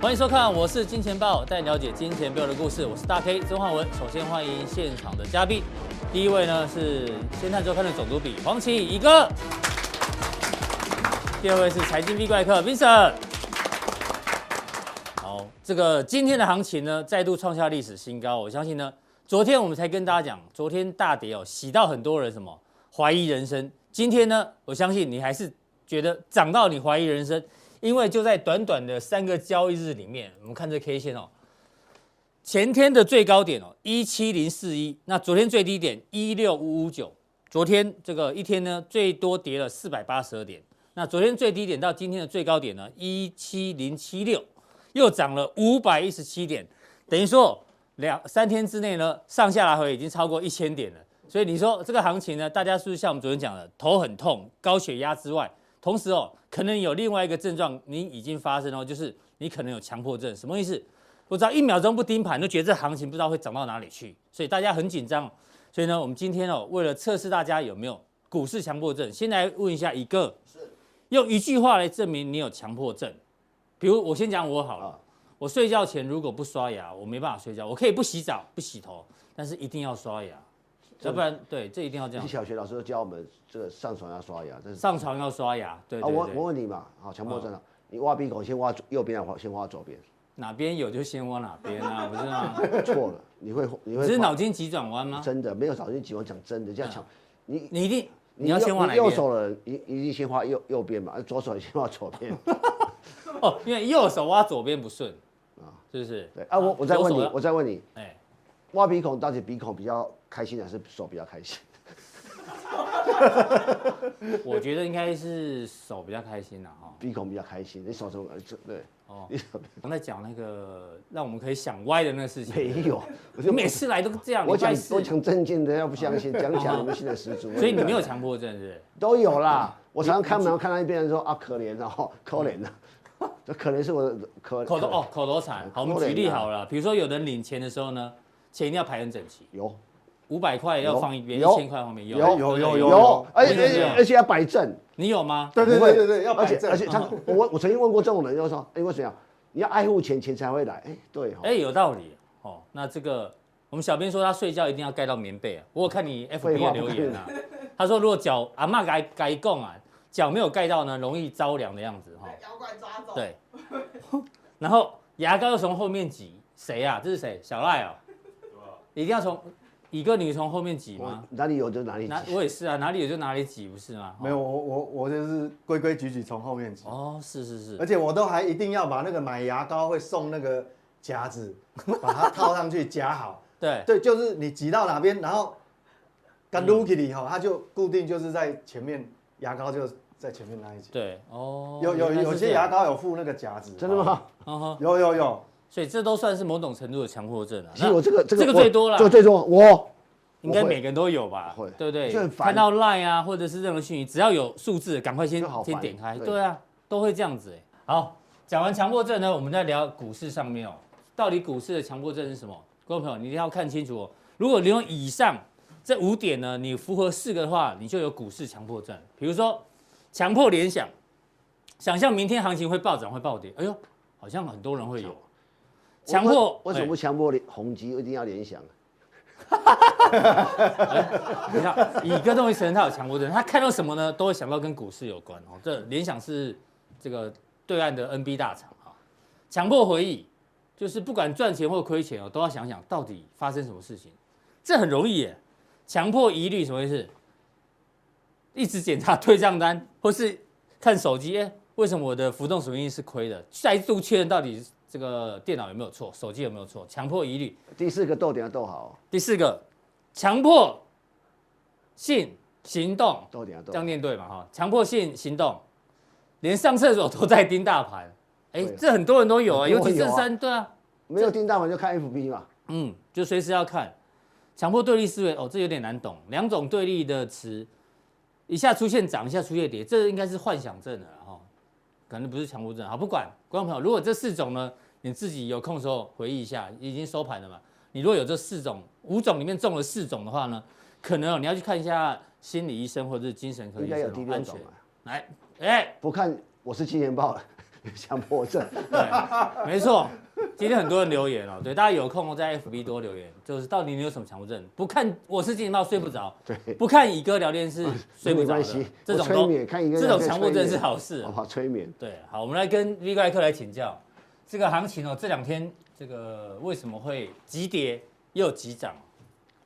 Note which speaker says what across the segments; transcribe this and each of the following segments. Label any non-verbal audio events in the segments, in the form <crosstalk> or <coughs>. Speaker 1: 欢迎收看，我是金钱豹，带你了解金钱背后的故事。我是大 K 曾焕文。首先欢迎现场的嘉宾，第一位呢是《先探周刊》的总主笔黄奇一哥，第二位是财经 V 怪客 Vincent。好，这个今天的行情呢，再度创下历史新高。我相信呢，昨天我们才跟大家讲，昨天大跌哦，洗到很多人什么怀疑人生。今天呢，我相信你还是觉得涨到你怀疑人生，因为就在短短的三个交易日里面，我们看这 K 线哦，前天的最高点哦一七零四一，那昨天最低点一六五五九，昨天这个一天呢最多跌了四百八十二点，那昨天最低点到今天的最高点呢一七零七六。又涨了五百一十七点，等于说两三天之内呢，上下来回已经超过一千点了。所以你说这个行情呢，大家是不是像我们昨天讲的，头很痛、高血压之外，同时哦，可能有另外一个症状，你已经发生哦，就是你可能有强迫症。什么意思？我只要一秒钟不盯盘，都觉得这行情不知道会涨到哪里去，所以大家很紧张哦。所以呢，我们今天哦，为了测试大家有没有股市强迫症，先来问一下一个，用一句话来证明你有强迫症。比如我先讲我好
Speaker 2: 啊
Speaker 1: 了，我睡觉前如果不刷牙，我没办法睡觉。我可以不洗澡、不洗头，但是一定要刷牙，要不然对，这一定要这
Speaker 2: 以前
Speaker 1: 样。
Speaker 2: 小学老师都教我们这个上床要刷牙，这是
Speaker 1: 啊上床要刷牙，对
Speaker 2: 啊，
Speaker 1: 对
Speaker 2: 我我
Speaker 1: 对，
Speaker 2: 问你嘛，好，强迫症啊，你挖鼻孔先挖左右边，还是先挖左边？
Speaker 1: 哪边有就先往哪边啊，不是
Speaker 2: <laughs>
Speaker 1: 吗？
Speaker 2: 错了，你会你
Speaker 1: 只是
Speaker 2: 会
Speaker 1: 脑筋急转弯吗？
Speaker 2: 真的没有早进几万讲真的，这样讲，你
Speaker 1: 你一定你要先往哪
Speaker 2: 你右
Speaker 1: 边？
Speaker 2: 手的人一一定先画右右边嘛，左手先画左边。
Speaker 1: <laughs> 哦，因为右手挖左边不顺啊，是不是？
Speaker 2: 对啊，我我再问
Speaker 1: 左
Speaker 2: 你
Speaker 1: 手，
Speaker 2: 我再问你，
Speaker 1: 哎，
Speaker 2: 挖鼻孔到底鼻孔比较开心还是手比较开心？ <laughs>
Speaker 1: 我觉得应该是手比较开心啦哈。
Speaker 2: 鼻孔比较开心，你手怎么这
Speaker 1: <laughs>
Speaker 2: 对？
Speaker 1: 哦
Speaker 2: 你手
Speaker 1: 我们在讲那个让我们可以想歪的那个事情，
Speaker 2: 没有，我
Speaker 1: 你
Speaker 2: 就
Speaker 1: 每次来都这样，
Speaker 2: 我
Speaker 1: 礼拜
Speaker 2: 讲
Speaker 1: 四
Speaker 2: 我讲正经的，要不
Speaker 1: <laughs>
Speaker 2: 相信，讲起来你们现在十足。
Speaker 1: 所以你没有强迫症是不
Speaker 2: <laughs>
Speaker 1: 是？
Speaker 2: 都有啦。
Speaker 1: 嗯
Speaker 2: 我常常看门，看到一边人说啊可怜哦，可怜的，这可怜是我的可
Speaker 1: 嗯口头哦，口头禅。
Speaker 2: <laughs>
Speaker 1: 好，我们
Speaker 2: 口头
Speaker 1: 举例
Speaker 2: 禅啊
Speaker 1: 好了，比如说有人领钱的时候呢，钱一定要排很整齐，
Speaker 2: 有
Speaker 1: 五百块要放一边，一
Speaker 2: 有
Speaker 1: 千块放一边。
Speaker 2: 有
Speaker 1: 对不
Speaker 3: 有
Speaker 1: 对
Speaker 3: 有
Speaker 2: 有，而
Speaker 1: 你有没
Speaker 2: 且
Speaker 1: 有
Speaker 2: 而且要摆正，
Speaker 1: 你有吗？
Speaker 3: 对对
Speaker 2: 不会
Speaker 3: 对对对，要
Speaker 2: 而
Speaker 3: 摆
Speaker 2: 且
Speaker 3: 正。
Speaker 2: 而
Speaker 1: 嗯
Speaker 2: 且他我我曾经问过这种人，就说哎为什么呀？你要爱护钱，钱才会来。哎，对哦，
Speaker 1: 哎，有道理哦。那这个我们小编说他睡觉一定要盖到棉被啊，我有看你 FB
Speaker 2: 废话
Speaker 1: 的留言啊， <laughs> 他说如果脚阿妈改改供啊，脚没有盖到呢，容易着凉的样子哈。
Speaker 4: 被妖怪抓走。
Speaker 1: 对，然后牙膏又从后面挤，谁啊？这是谁？小赖哦，一定要从乙哥，你从后面挤吗
Speaker 2: 我？哪里有就哪里
Speaker 1: 哪
Speaker 2: 挤。
Speaker 1: 我也是啊，哪里有就哪里挤，不是吗？
Speaker 3: 没有，我我我就是规规矩矩从后面挤，
Speaker 1: 哦，是是是，
Speaker 3: 而且我都还一定要把那个买牙膏会送那个夹子，把它套上去夹好。
Speaker 1: <laughs> 对，嗯
Speaker 3: 对，就是你挤到哪边，然后跟 l u k i 里哈，它就固定就是在前面，牙膏就在前面那一节。
Speaker 1: 对哦，
Speaker 3: 有有
Speaker 1: 原来是
Speaker 3: 有些
Speaker 1: 这样
Speaker 3: 牙，膏有附那个夹子，哦
Speaker 2: 真的吗？
Speaker 1: 嗯哼，
Speaker 3: 有有有，
Speaker 1: 所以这都算是某种程度的强迫症啊。
Speaker 2: 其实我这个这
Speaker 1: 这
Speaker 2: 个
Speaker 1: 个
Speaker 2: 我
Speaker 1: 最多啦
Speaker 2: 这个最多我
Speaker 1: 应该
Speaker 2: 我会
Speaker 1: 每个人都有吧
Speaker 2: 我会，
Speaker 1: 对不对？
Speaker 2: 就很烦
Speaker 1: 看到 Line 啊，或者是任何讯息，只要有数字，赶快先
Speaker 2: 就好烦
Speaker 1: 先点开，
Speaker 2: 对
Speaker 1: 对啊，都会这样子哎。好，讲完强迫症呢，我们再聊股市上面哦，到底股市的强迫症是什么？观众朋友，你一定要看清楚哦。如果你用以上这五点呢，你符合四个的话，你就有股市强迫症。比如说，强迫联想，想象明天行情会暴涨会暴跌，哎呦，好像很多人会有。强迫哎
Speaker 2: 我为什么不强迫联宏基一定要联想？
Speaker 1: 你看，乙哥都会承认他有强迫症，他看到什么呢，都会想到跟股市有关哦。这联想是这个对岸的 NB 大厂啊，强迫回忆，就是不管赚钱或亏钱哦，都要想想到底发生什么事情，这很容易耶。强迫疑虑什么意思？一直检查对账单，或是看手机，哎，为什么我的浮动损益是亏的？再度确认到底这个电脑有没有错，手机有没有错，强迫疑虑。
Speaker 2: 第四个逗点要逗好，
Speaker 1: 第四个，强迫性行动，
Speaker 2: 逗点要
Speaker 1: 这
Speaker 2: 逗好
Speaker 1: 样。念对嘛？哈，强迫性行动，连上厕所都在盯大盘。哎、
Speaker 2: 对啊
Speaker 1: 这很多人都有啊，
Speaker 2: 很多
Speaker 1: 尤
Speaker 2: 人
Speaker 1: 其这
Speaker 2: 有啊
Speaker 1: 三，对啊，
Speaker 2: 没有听大完就看 FB 嘛。
Speaker 1: 嗯，就随时要看。强迫对立思维，哦，这有点难懂。两种对立的词，一下出现涨，一下出现跌，这应该是幻想症了啦哈，可能不是强迫症。好，不管观众朋友，如果这四种呢，你自己有空的时候回忆一下，已经收盘了嘛。你如果有这四种，五种里面中了四种的话呢，可能、哦、你要去看一下心理医生或者是精神科医
Speaker 2: 应该
Speaker 1: 生
Speaker 2: 有
Speaker 1: 哦、
Speaker 2: 第六
Speaker 1: 安全
Speaker 2: 种。吧？
Speaker 1: 来，哎、
Speaker 2: 不看我是金钱豹了， <laughs> 有强
Speaker 1: <laughs>
Speaker 2: 迫症。
Speaker 1: 对，没错。今天很多人留言哦，对，大家有空哦在 FB 多留言，就是到底你有什么强迫症？不看《我是金钱豹》睡不着，
Speaker 2: 对，
Speaker 1: 不看乙哥聊天室睡不
Speaker 2: 啊没
Speaker 1: 着
Speaker 2: 关
Speaker 1: 的
Speaker 2: 系，，
Speaker 1: 这
Speaker 2: 我
Speaker 1: 种
Speaker 2: 催
Speaker 1: 都
Speaker 2: 眠看一个
Speaker 1: 这种强迫症是好事
Speaker 2: 好。不好？催眠，
Speaker 1: 对，好，我们来跟 V 怪客来请教这个行情哦，这两天这个为什么会急跌又急涨？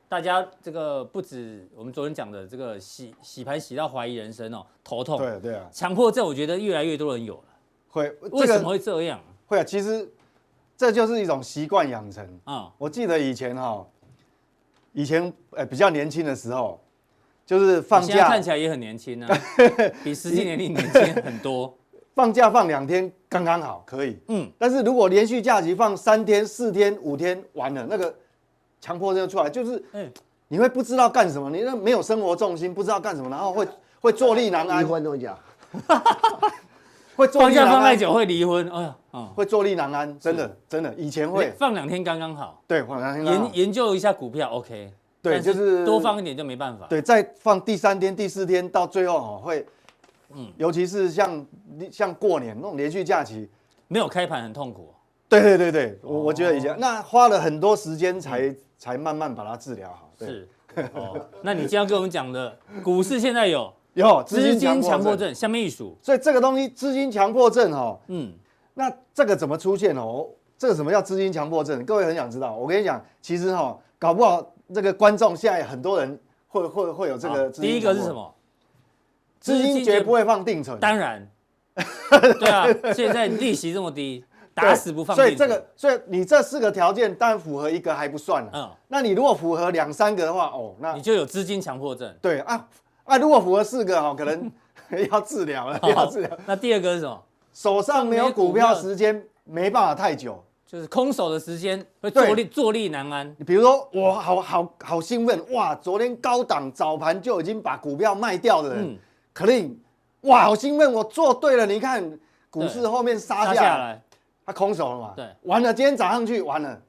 Speaker 1: 大家这个不止我们昨天讲的这个洗洗盘洗到怀疑人生哦，头痛，
Speaker 3: 对对啊，
Speaker 1: 强迫症，我觉得越来越多人有了。
Speaker 3: 会
Speaker 1: 为什
Speaker 3: 这
Speaker 1: 么
Speaker 3: 个
Speaker 1: 会这样
Speaker 3: 会啊，其实这就是一种习惯养成。
Speaker 1: 啊？
Speaker 3: 我记得以前哈，以前呃比较年轻的时候，就是放
Speaker 1: 你现在
Speaker 3: 假
Speaker 1: 看起来也很年轻
Speaker 3: <laughs>
Speaker 1: 啊，比实际年龄年轻很多。
Speaker 3: 放假放两天刚刚好可以，
Speaker 1: 嗯，
Speaker 3: 但是如果连续假期放三天、四天、五天，完了那个强迫症就出来，就是
Speaker 1: 嗯，
Speaker 3: 你会不知道干什么，你那没有生活重心，不知道干什么，然
Speaker 1: <laughs>
Speaker 3: 后会会坐立难
Speaker 2: 离
Speaker 3: 安，
Speaker 2: 婚都讲，
Speaker 3: 会坐
Speaker 1: 放
Speaker 3: 立
Speaker 1: 假
Speaker 3: 难
Speaker 1: 放太
Speaker 3: 安，
Speaker 1: 久会离婚，哎呀，嗯，
Speaker 3: 会坐立难安，真的真的，以前会
Speaker 1: 放两天刚刚好。
Speaker 3: 对，我刚刚
Speaker 1: 研研究一下股票，OK。
Speaker 3: 对
Speaker 1: 但
Speaker 3: 就是
Speaker 1: 多放一点就没办法。
Speaker 3: 对，再放第三天、第四天到最后哦会，嗯，尤其是像像过年那种连续假期，
Speaker 1: 没有开盘很痛苦。
Speaker 3: 对对对对，
Speaker 1: 哦
Speaker 3: 我、我觉得以前那花了很多时间才、才慢慢把它治疗好，对，
Speaker 1: 嗯是，哦，那你今天要跟我们讲的股市现在
Speaker 3: <laughs>
Speaker 1: 有
Speaker 3: 有
Speaker 1: 资金强迫，症，下面一数，
Speaker 3: 所以这个东西资金强迫症哦，
Speaker 1: 嗯，
Speaker 3: 那这个怎么出现哦？这个什么叫资金强迫症？各位很想知道。我跟你讲，其实哈、哦，搞不好这个观众现在很多人会会会有这
Speaker 1: 好
Speaker 3: 个资金
Speaker 1: 啊第一个是
Speaker 3: 强迫
Speaker 1: 什？么？
Speaker 3: 资金绝不会放定存，
Speaker 1: 当
Speaker 3: <laughs>
Speaker 1: 然，对啊，现在利息这么低，打死不放
Speaker 3: 对
Speaker 1: 定
Speaker 3: 所
Speaker 1: 存。
Speaker 3: 以这个，所以你这四个条件，但符合一个还不算啊。
Speaker 1: 嗯，
Speaker 3: 那你如果符合两三个的话，哦，那
Speaker 1: 你就有资金强迫症。
Speaker 3: 对啊啊，如果符合四个哦，
Speaker 1: <laughs>
Speaker 3: 可能要治疗了，要治疗。
Speaker 1: 那第二个是什么？
Speaker 3: 手上没有股
Speaker 1: 没有
Speaker 3: 票，
Speaker 1: 股票
Speaker 3: 时间没办法太久。
Speaker 1: 就是空手的时间会
Speaker 3: 对
Speaker 1: 坐立坐立难安。
Speaker 3: 比如说，我好好好兴奋哇！昨天高档早盘就已经把股票卖掉的人
Speaker 1: 嗯，
Speaker 3: ，clean，哇，好兴奋，我做对了。你看股市
Speaker 1: 对
Speaker 3: 后面杀
Speaker 1: 杀
Speaker 3: 下
Speaker 1: 下
Speaker 3: 来，
Speaker 1: 来，
Speaker 3: 他空手了嘛？
Speaker 1: 对
Speaker 3: 完了，今天早上去完了，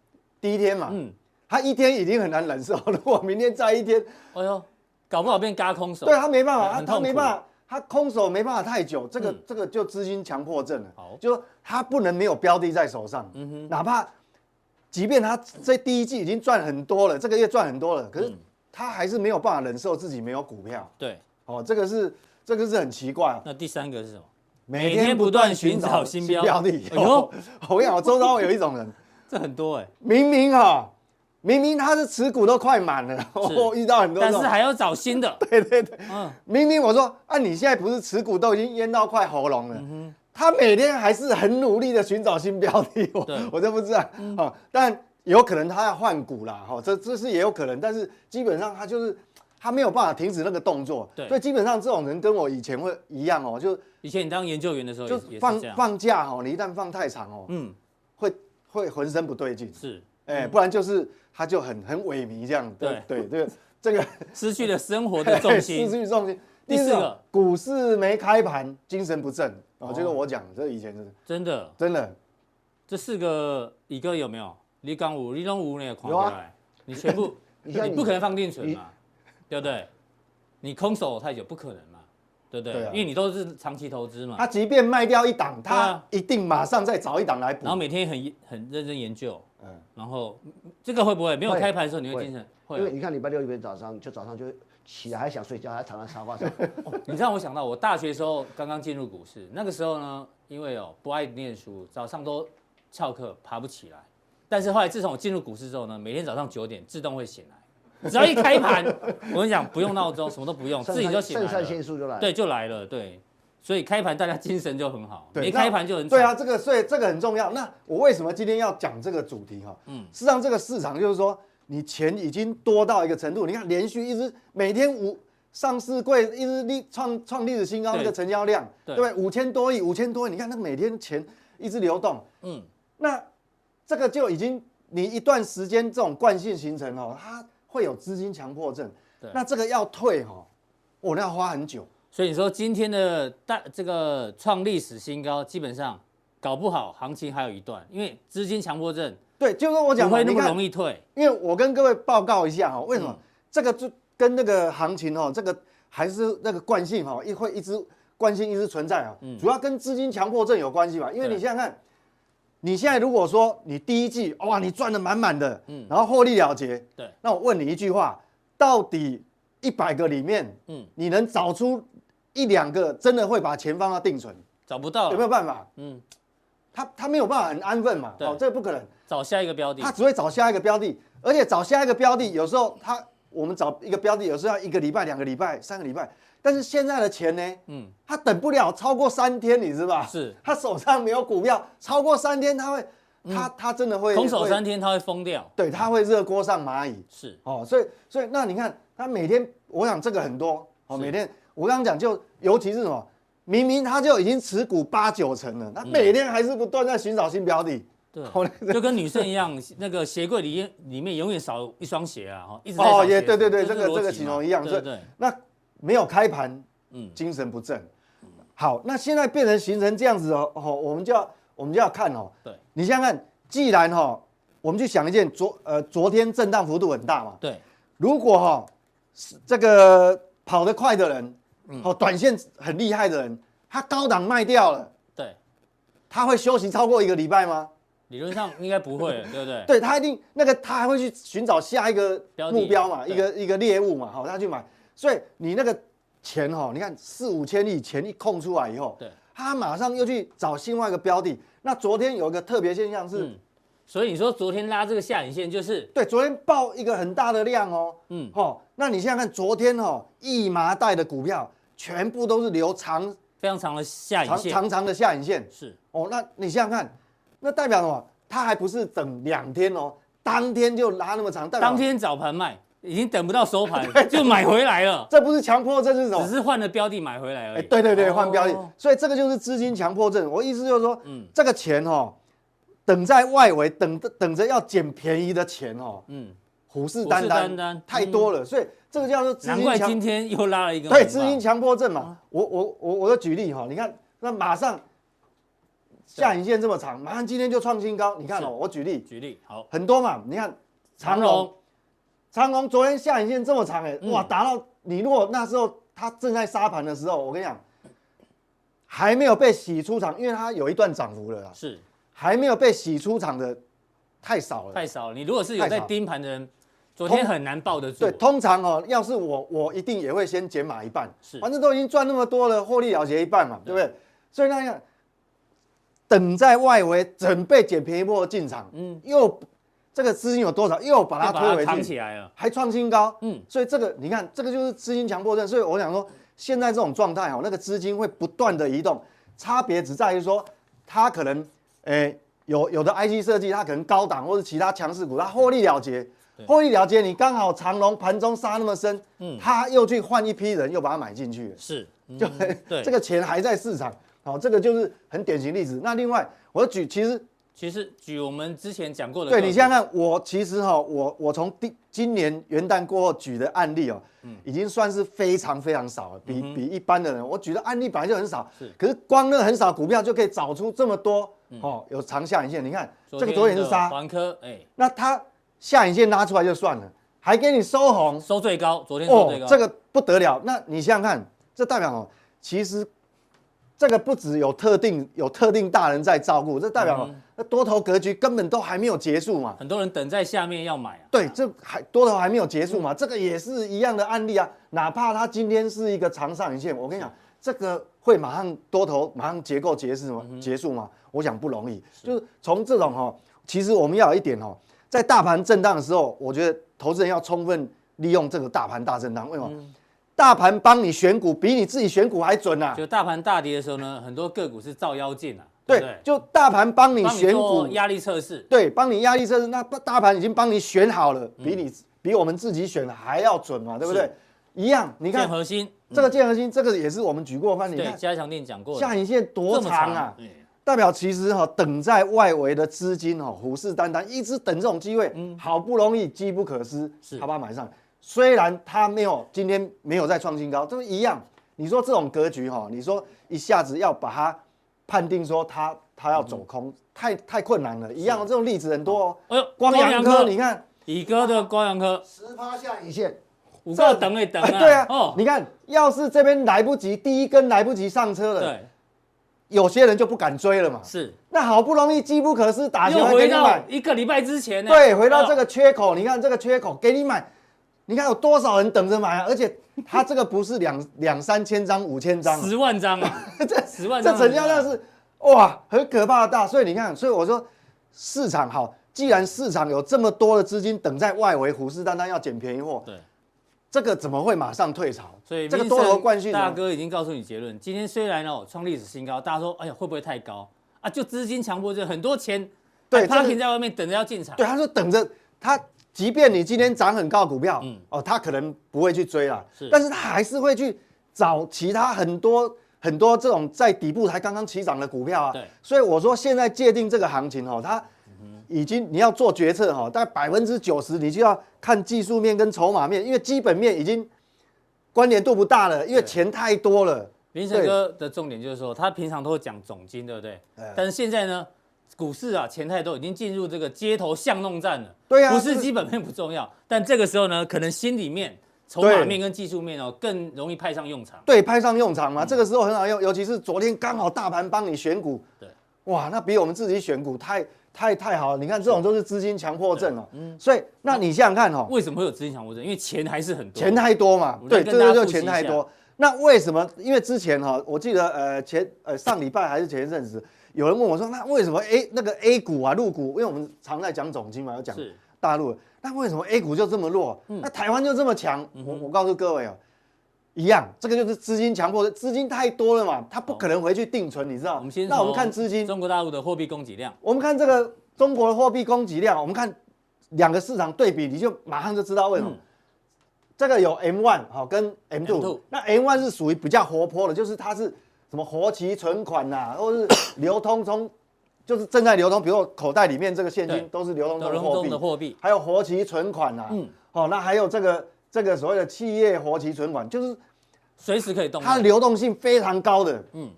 Speaker 3: 第一天嘛，
Speaker 1: 嗯，
Speaker 3: 他一天已经很难忍受，如果明天再一天，
Speaker 1: 哎呦，搞不好变嘎空手。
Speaker 3: 对他没办法，他
Speaker 1: 很痛
Speaker 3: 他
Speaker 1: 苦
Speaker 3: 没办法，他空手没办法太久，这个、
Speaker 1: 嗯
Speaker 3: 这个就资金强迫症了。
Speaker 1: 好嗯
Speaker 3: 就他不能没有标的在手上，哪怕即便他这第一季已经赚很多了，这个月赚很多了，可是
Speaker 1: 嗯
Speaker 3: 他还是没有办法忍受自己没有股票。
Speaker 1: 对，
Speaker 3: 哦，这个是这个是很奇怪啊，
Speaker 1: 那第三个是什么？
Speaker 3: 每
Speaker 1: 天
Speaker 3: 天
Speaker 1: 不
Speaker 3: 不
Speaker 1: 断
Speaker 3: 断
Speaker 1: 寻
Speaker 3: 寻
Speaker 1: 找
Speaker 3: 找
Speaker 1: 新
Speaker 3: 新
Speaker 1: 标
Speaker 3: 标的。
Speaker 1: 哎呦
Speaker 3: 哦， <laughs> 我跟你讲，我周遭有一种人，
Speaker 1: 这很多哎，
Speaker 3: 明明哈、明明他的持股都快满了，我遇到很多这
Speaker 1: 但是
Speaker 3: 种，
Speaker 1: 还要找新的。
Speaker 3: <laughs> 对对对，
Speaker 1: 嗯，
Speaker 3: 明明我说啊，你现在不是持股都已经淹到快喉咙了，
Speaker 1: 嗯
Speaker 3: 他每天还是很努力的寻找新标的，
Speaker 1: 对
Speaker 3: <laughs>
Speaker 1: 嗯
Speaker 3: 我我真不知道啊、但有可能他要换股啦，哈、这这是也有可能，但是基本上他就是他没有办法停止那个动作，
Speaker 1: 对
Speaker 3: 所以基本上这种人跟我以前会一样哦，就
Speaker 1: 以前你当研究员的时候
Speaker 3: 就
Speaker 1: 也也是
Speaker 3: 放
Speaker 1: 这样。
Speaker 3: 放假哦，你一旦放太长哦，
Speaker 1: 嗯，
Speaker 3: 会会浑身不对劲，
Speaker 1: 是
Speaker 3: 哎、不然就是他就很很萎靡这样，对对，这个这个。 <laughs>
Speaker 1: 失去了生活的重
Speaker 3: 对
Speaker 1: 心
Speaker 3: <laughs> 失。去重心。
Speaker 1: 第
Speaker 3: 第
Speaker 1: 四
Speaker 3: 四
Speaker 1: 个
Speaker 3: 个，股市没开盘，精神不振哦，这个我讲，这以前真的
Speaker 1: 真的，
Speaker 3: 真的
Speaker 1: 这四个乙哥有没有？李刚五、李东五你也狂
Speaker 2: 有啊
Speaker 1: 下来，你全部，
Speaker 2: <laughs> 你像
Speaker 1: 你
Speaker 2: 你
Speaker 1: 不可能放定存嘛，对不对？你空手太久不可能嘛，对不对
Speaker 3: 对？啊
Speaker 1: 因为你都是长期投资嘛。
Speaker 2: 啊
Speaker 3: 他即便卖掉一档，
Speaker 1: 啊对
Speaker 3: 他
Speaker 1: 啊
Speaker 3: 一定马上再找一档来补
Speaker 1: 然后。每天很很认真研究，
Speaker 3: 嗯，
Speaker 1: 然后嗯这个会不会没有
Speaker 2: 会
Speaker 1: 开盘的时候你会
Speaker 2: 会
Speaker 1: 精神？
Speaker 2: 因为
Speaker 1: 会，啊
Speaker 2: 你看礼拜六一边早上就早上就起来还想睡觉，还躺在沙发上，
Speaker 1: 你让我想到我大学时候刚刚进入股市，那个时候呢，因为哦不爱念书，早上都翘课爬不起来。但是后来自从我进入股市之后呢，每天早上九点自动会醒来，只要一开盘，我跟你讲不用闹钟，什么都不用，
Speaker 2: 肾
Speaker 1: 哦自己
Speaker 2: 上
Speaker 1: 就醒
Speaker 2: 肾
Speaker 1: 来
Speaker 2: 上
Speaker 1: 了
Speaker 2: 腺，素就来了。
Speaker 1: 对，就来了，对。所以开盘大家精神就很好，
Speaker 3: 对
Speaker 1: 没
Speaker 3: 那
Speaker 1: 开盘就很
Speaker 3: 对
Speaker 1: 惨
Speaker 3: 啊，，这个所以这个很重要。那我为什么今天要讲这个主题哈？嗯，事实上这个市场就是说，你钱已经多到一个程度，你看连续一直每天五上市柜一直历创创历史新高，
Speaker 1: 对
Speaker 3: 那个成交量，
Speaker 1: 对
Speaker 3: 对不对？五千多亿，五千多亿，你看那个每天钱一直流动，
Speaker 1: 嗯，
Speaker 3: 那这个就已经你一段时间这种惯性形成哦，它会有资金强迫症
Speaker 1: 对。
Speaker 3: 那这个要退哦，我、那要花很久。
Speaker 1: 所以你说今天的大这个创历史新高，基本上搞不好行情还有一段，因为资金强迫症
Speaker 3: 对，就是我
Speaker 1: 不
Speaker 3: 讲嘛，
Speaker 1: 会那
Speaker 3: 你
Speaker 1: 么
Speaker 3: 看，
Speaker 1: 容易退。
Speaker 3: 因为我跟各位报告一下哈、哦，为什么、
Speaker 1: 嗯
Speaker 3: 这个就跟那个行情哦，这个还是那个惯性哈、哦，一会一直关心一直存在啊，
Speaker 1: 嗯
Speaker 3: 主要跟资金强迫症有关系吧？因为你想想看，你现在如果说你第一季哇，你赚的满满的，然后获利了结，
Speaker 1: 嗯对
Speaker 3: 那我问你一句话，到底一百个里面，
Speaker 1: 嗯
Speaker 3: 你能找出一两个真的会把钱放到定存，
Speaker 1: 找不到
Speaker 3: 有没
Speaker 1: 了，
Speaker 3: 有办法？
Speaker 1: 嗯，
Speaker 3: 他他没有办法很安分嘛，
Speaker 1: 对
Speaker 3: 哦，这不可能。
Speaker 1: 找下一个标的
Speaker 3: 他，只会找下一个标的，而且找下一个标的，有时候他我们找一个标的，有时候要一个礼拜、两个礼拜、三个礼拜，但是现在的钱呢，
Speaker 1: 嗯，
Speaker 3: 他等不了超过三天，你知吧？
Speaker 1: 是
Speaker 3: 他手上没有股票，超过三天他会，他他真的
Speaker 1: 嗯
Speaker 3: 会
Speaker 1: 空手
Speaker 3: 会
Speaker 1: 三天他会疯掉，
Speaker 3: 对，他会热锅上蚂蚁
Speaker 1: 是，
Speaker 3: 哦，所以所以那你看他每天，我想这个很多哦，每天我刚刚讲就尤其是什么，明明他就已经持股八九成了，他
Speaker 1: 嗯
Speaker 3: 每天还是不断在寻找新标的。
Speaker 1: 对，
Speaker 3: 好嘞
Speaker 1: 就跟女生一样，那个鞋柜里里面永远少一双鞋啊，哈，一直在找
Speaker 3: 哦，
Speaker 1: 鞋
Speaker 3: 也
Speaker 1: 子
Speaker 3: 对对对，
Speaker 1: 是
Speaker 3: 这个
Speaker 1: 逻
Speaker 3: 这个
Speaker 1: 辑
Speaker 3: 形
Speaker 1: 嘛
Speaker 3: 容一样，
Speaker 1: 对
Speaker 3: 这
Speaker 1: 对，
Speaker 3: 那没有开盘，
Speaker 1: 嗯
Speaker 3: 精神不振。好，那现在变成形成这样子哦，哦，我们就要我们就要看哦，
Speaker 1: 对
Speaker 3: 你想想看，既然哈、哦，我们去想一件昨呃昨天震荡幅度很大嘛，
Speaker 1: 对，
Speaker 3: 如果哈、哦、是这个跑得快的人，
Speaker 1: 嗯
Speaker 3: 哦，短线很厉害的人，他高档卖掉了，
Speaker 1: 对，
Speaker 3: 他会休息超过一个礼拜吗？
Speaker 1: 理论上应该不会，对不对？
Speaker 3: 对他一定那个他还会去寻找下一个
Speaker 1: 标的
Speaker 3: 目标嘛，
Speaker 1: 对
Speaker 3: 一个一个猎物嘛，好，他去买。所以你那个钱哈、你看四五千亿钱一空出来以后，
Speaker 1: 对，
Speaker 3: 他马上又去找另外一个标的。那昨天有一个特别现象是，
Speaker 1: 嗯所以你说昨天拉这个下影线就是，
Speaker 3: 对，昨天爆一个很大的量哦，
Speaker 1: 嗯，
Speaker 3: 哦，那你想想看，昨天哦，一麻袋的股票全部都是留长
Speaker 1: 非常长的下影
Speaker 3: 长
Speaker 1: 线，
Speaker 3: 长长的下影线，
Speaker 1: 是
Speaker 3: 哦，那你想想看，那代表什么？他还不是等两天哦，当天就拉那么长，代表
Speaker 1: 当天早盘卖，已经等不到收
Speaker 3: <laughs>
Speaker 1: 盘就买回来了，
Speaker 3: 这不是强迫症是什么
Speaker 1: 只？是换了标的买回来而
Speaker 3: 哎，
Speaker 1: 已。
Speaker 3: 对对对，换标的
Speaker 1: 哦，
Speaker 3: 所以这个就是资金强迫症。我意思就是说，
Speaker 1: 嗯
Speaker 3: 这个钱哦，等在外围，等等着要捡便宜的钱哦，
Speaker 1: 嗯，
Speaker 3: 虎视
Speaker 1: 虎
Speaker 3: 眈
Speaker 1: 视眈眈
Speaker 3: 眈，太多了，所以这个叫做
Speaker 1: 嗯
Speaker 3: 资
Speaker 1: 难
Speaker 3: 金
Speaker 1: 怪今
Speaker 3: 强，
Speaker 1: 天又拉了一个
Speaker 3: 对
Speaker 1: 红
Speaker 3: 资
Speaker 1: 棒
Speaker 3: 金强迫症
Speaker 1: 哦
Speaker 3: 嘛。我我我我的举例哈，你看，那马上下影线这么长，马上今天就创新高。你看哦，
Speaker 1: 是
Speaker 3: 我举例
Speaker 1: 举例好，
Speaker 3: 很多嘛，你看长
Speaker 1: 长
Speaker 3: 隆
Speaker 1: 隆，
Speaker 3: 长隆昨天下影线这么长、哎、
Speaker 1: 嗯
Speaker 3: 哇，达到你如果那时候它正在杀盘的时候，我跟你讲，还没有被洗出场，因为它有一段涨幅了啦，
Speaker 1: 是
Speaker 3: 还没有被洗出场的太少了
Speaker 1: 太。少了。你如果是有
Speaker 3: 太少
Speaker 1: 在盯盘的人，昨天
Speaker 3: 通
Speaker 1: 很难抱得住。
Speaker 3: 对，通常哦，要是我，我一定也会先减码一半，
Speaker 1: 是
Speaker 3: 反正都已经赚那么多了，获利了结一半嘛，对
Speaker 1: 对
Speaker 3: 不对？所以那样，等在外围准备捡便宜货进场，
Speaker 1: 嗯
Speaker 3: 嗯，又这个资金有多少，又把它
Speaker 1: 又把
Speaker 3: 推
Speaker 1: 它
Speaker 3: 回
Speaker 1: 藏
Speaker 3: 去
Speaker 1: 起，来了。
Speaker 3: 还创新高，
Speaker 1: 嗯，
Speaker 3: 所以这个你看，这个就是资金强迫症。所以我想说，现在这种状态哦，那个资金会不断的移动，差别只在于说，它可能，诶、有有的 IC 设计，它可能高档或者其他强势股，它获利了结，获利了结，你刚好长龙盘中杀那么深，嗯，它又去换一批人，又把它买进去了，
Speaker 1: 是，嗯
Speaker 3: 就、哎
Speaker 1: 对
Speaker 3: 这个钱还在市场，好、这个就是很典型例子。那另外，我举其实
Speaker 1: 其实举我们之前讲过的个
Speaker 3: 对
Speaker 1: 股，
Speaker 3: 你想想看，我其实哈、我我从第今年元旦过后举的案例哦，已经算是非常非常少了，比、比一般的人，我举的案例本来就很少，
Speaker 1: 是
Speaker 3: 可是光那很少股票就可以找出这么多、哦，有长下影线，你看这个昨天是
Speaker 1: 的
Speaker 3: 杀，
Speaker 1: 环科，哎、
Speaker 3: 那它下影线拉出来就算了，还给你收红，
Speaker 1: 收最高，昨天收最高，
Speaker 3: 哦这个不得了。那你想想看，这代表哦，其实这个不只有特定有特定大人在照顾，这代表哦那、多头格局根本都还没有结束嘛。
Speaker 1: 很多人等在下面要买啊，
Speaker 3: 对，这还多头还没有结束嘛，这个也是一样的案例啊。哪怕它今天是一个长上影线，我跟你讲，这个会马上多头马上结构结束吗？
Speaker 1: 嗯
Speaker 3: 结束吗？我想不容易。就是从这种哈、哦，其实我们要有一点哦，在大盘震荡的时候，我觉得投资人要充分利用这个大盘大震荡。为什么？
Speaker 1: 嗯
Speaker 3: 大盘帮你选股，比你自己选股还准啊！
Speaker 1: 就大盘大跌的时候呢，很多个股是照妖镜啊，对
Speaker 3: 对
Speaker 1: 不对，？
Speaker 3: 就大盘帮你
Speaker 1: 帮
Speaker 3: 选
Speaker 1: 做
Speaker 3: 股，
Speaker 1: 压力测试，
Speaker 3: 对，帮你压力测试，那大盘已经帮你选好了，比你、比我们自己选的还要准嘛，对不对
Speaker 1: 嗯是？
Speaker 3: 一样，你
Speaker 1: 建
Speaker 3: 看
Speaker 1: 核心，
Speaker 3: 这个建核心，这个也是我们举过翻，你
Speaker 1: 对，
Speaker 3: 看
Speaker 1: 加强店讲过的，
Speaker 3: 下影线多
Speaker 1: 这么哎
Speaker 3: 长啊？
Speaker 1: 对
Speaker 3: 代表其实哈、等在外围的资金哈、虎视眈眈，一直等这种机会，好不容易机不可失，
Speaker 1: 嗯是
Speaker 3: 他把它买上。虽然它没有今天没有再创新高，这是一样。你说这种格局哈、你说一下子要把它判定说它它要走
Speaker 1: 嗯
Speaker 3: 空，太太困难了。一样，这种例子很多哦。
Speaker 1: 哎呦，
Speaker 3: 光阳
Speaker 1: 科，
Speaker 3: 科，你看
Speaker 1: 乙哥的光阳科
Speaker 2: 十趴下影线，
Speaker 1: 五个等也等
Speaker 3: 哎
Speaker 1: 啊，
Speaker 3: 对啊，
Speaker 1: 哦，
Speaker 3: 你看，要是这边来不及，第一根来不及上车了，
Speaker 1: 对，
Speaker 3: 有些人就不敢追了嘛。
Speaker 1: 是
Speaker 3: 那好不容易机不可失，打
Speaker 1: 又
Speaker 3: 球给
Speaker 1: 回
Speaker 3: 啊你
Speaker 1: 到
Speaker 3: 买，
Speaker 1: 一个礼拜之前呢，
Speaker 3: 对，回到这
Speaker 1: 哦
Speaker 3: 个缺口，你看这个缺口给你买，你看有多少人等着买啊？而且它这个不是两 <laughs> 两三千张、五千张啊，
Speaker 1: 十万张啊，
Speaker 3: <laughs> 这
Speaker 1: 十万张
Speaker 3: 这
Speaker 1: 啊
Speaker 3: 成交量是哇，很可怕的大。所以你看，所以我说市场好，既然市场有这么多的资金等在外围虎视眈眈要捡便宜货，
Speaker 1: 对，
Speaker 3: 这个怎么会马上退潮？
Speaker 1: 所以
Speaker 3: 这个多头惯性
Speaker 1: 大
Speaker 3: 呢，
Speaker 1: 哥已经告诉你结论。今天虽然哦创历史新高，大家说哎呀会不会太高啊？就资金强迫症，很多钱
Speaker 3: 对
Speaker 1: 还
Speaker 3: 这个
Speaker 1: parking 在外面等着要进场。
Speaker 3: 对，他说等着他，即便你今天涨很高的股票，
Speaker 1: 嗯
Speaker 3: 哦，他可能不会去追啦，
Speaker 1: 是
Speaker 3: 但是他还是会去找其他很多很多这种在底部才刚刚起涨的股票啊。
Speaker 1: 对
Speaker 3: 所以我说现在界定这个行情哦，它已经你要做决策哈、哦，大概百分之九十你就要看技术面跟筹码面，因为基本面已经关联度不大了，因为钱太多了。
Speaker 1: 林晨
Speaker 3: 对
Speaker 1: 哥的重点就是说，他平常都会讲总金，对不对？但是现在呢，股市啊，前台都已经进入这个街头巷弄战了。
Speaker 3: 对啊
Speaker 1: 不
Speaker 3: 这
Speaker 1: 是
Speaker 3: 个
Speaker 1: 基本面不重要，但这个时候呢，可能心里面、筹码
Speaker 3: 对
Speaker 1: 面跟技术面哦，更容易派上用场。
Speaker 3: 对，派上用场
Speaker 1: 嗯
Speaker 3: 嘛，这个时候很好用，尤其是昨天刚好大盘帮你选股，
Speaker 1: 对，
Speaker 3: 哇，那比我们自己选股太太太好了。你看这种都是资金强迫症哦，所以那你想想看哦，
Speaker 1: 嗯为什么会有资金强迫症？因为钱还是很多。
Speaker 3: 钱太多嘛
Speaker 1: 我，来
Speaker 3: 对，
Speaker 1: 跟
Speaker 3: 这
Speaker 1: 大家
Speaker 3: 个就
Speaker 1: 复习
Speaker 3: 钱
Speaker 1: 一
Speaker 3: 太
Speaker 1: 下
Speaker 3: 多。那为什么？因为之前哈、我记得呃前呃上礼拜还是前一阵子，有人问我说，那为什么 A 那个 A 股啊、陆股，因为我们常在讲总经嘛，要讲
Speaker 1: 是
Speaker 3: 大陆的，那为什么 A 股就这么弱？
Speaker 1: 嗯
Speaker 3: 那台湾就这么强？我我告诉各位哦，一样，这个就是资金强迫，资金太多了嘛，它不可能回去定存，你知道？
Speaker 1: 我们先
Speaker 3: 那我们
Speaker 1: 从
Speaker 3: 看资金，
Speaker 1: 中国大陆的货币供给量。
Speaker 3: 我们看这个中国的货币供给量，我们看两个市场对比，你就马上就知道为什么。
Speaker 1: 嗯
Speaker 3: 这个有 M one 好、跟 M
Speaker 1: M2
Speaker 3: two，那 M one 是属于比较活泼的，就是它是什么活期存款呐、
Speaker 1: <coughs>
Speaker 3: 或者是流通中，就是正在流通，比如说口袋里面这个现
Speaker 1: 对
Speaker 3: 金都是流通中
Speaker 1: 流
Speaker 3: 的
Speaker 1: 通
Speaker 3: 货
Speaker 1: 中
Speaker 3: 币
Speaker 1: 的，货币，
Speaker 3: 还有活期存款呐、
Speaker 1: 嗯
Speaker 3: 好、那还有这个这个所谓的企业活期存款，就是
Speaker 1: 随时可以动用。
Speaker 3: 它的流动性非常高的。
Speaker 1: 嗯
Speaker 3: 嗯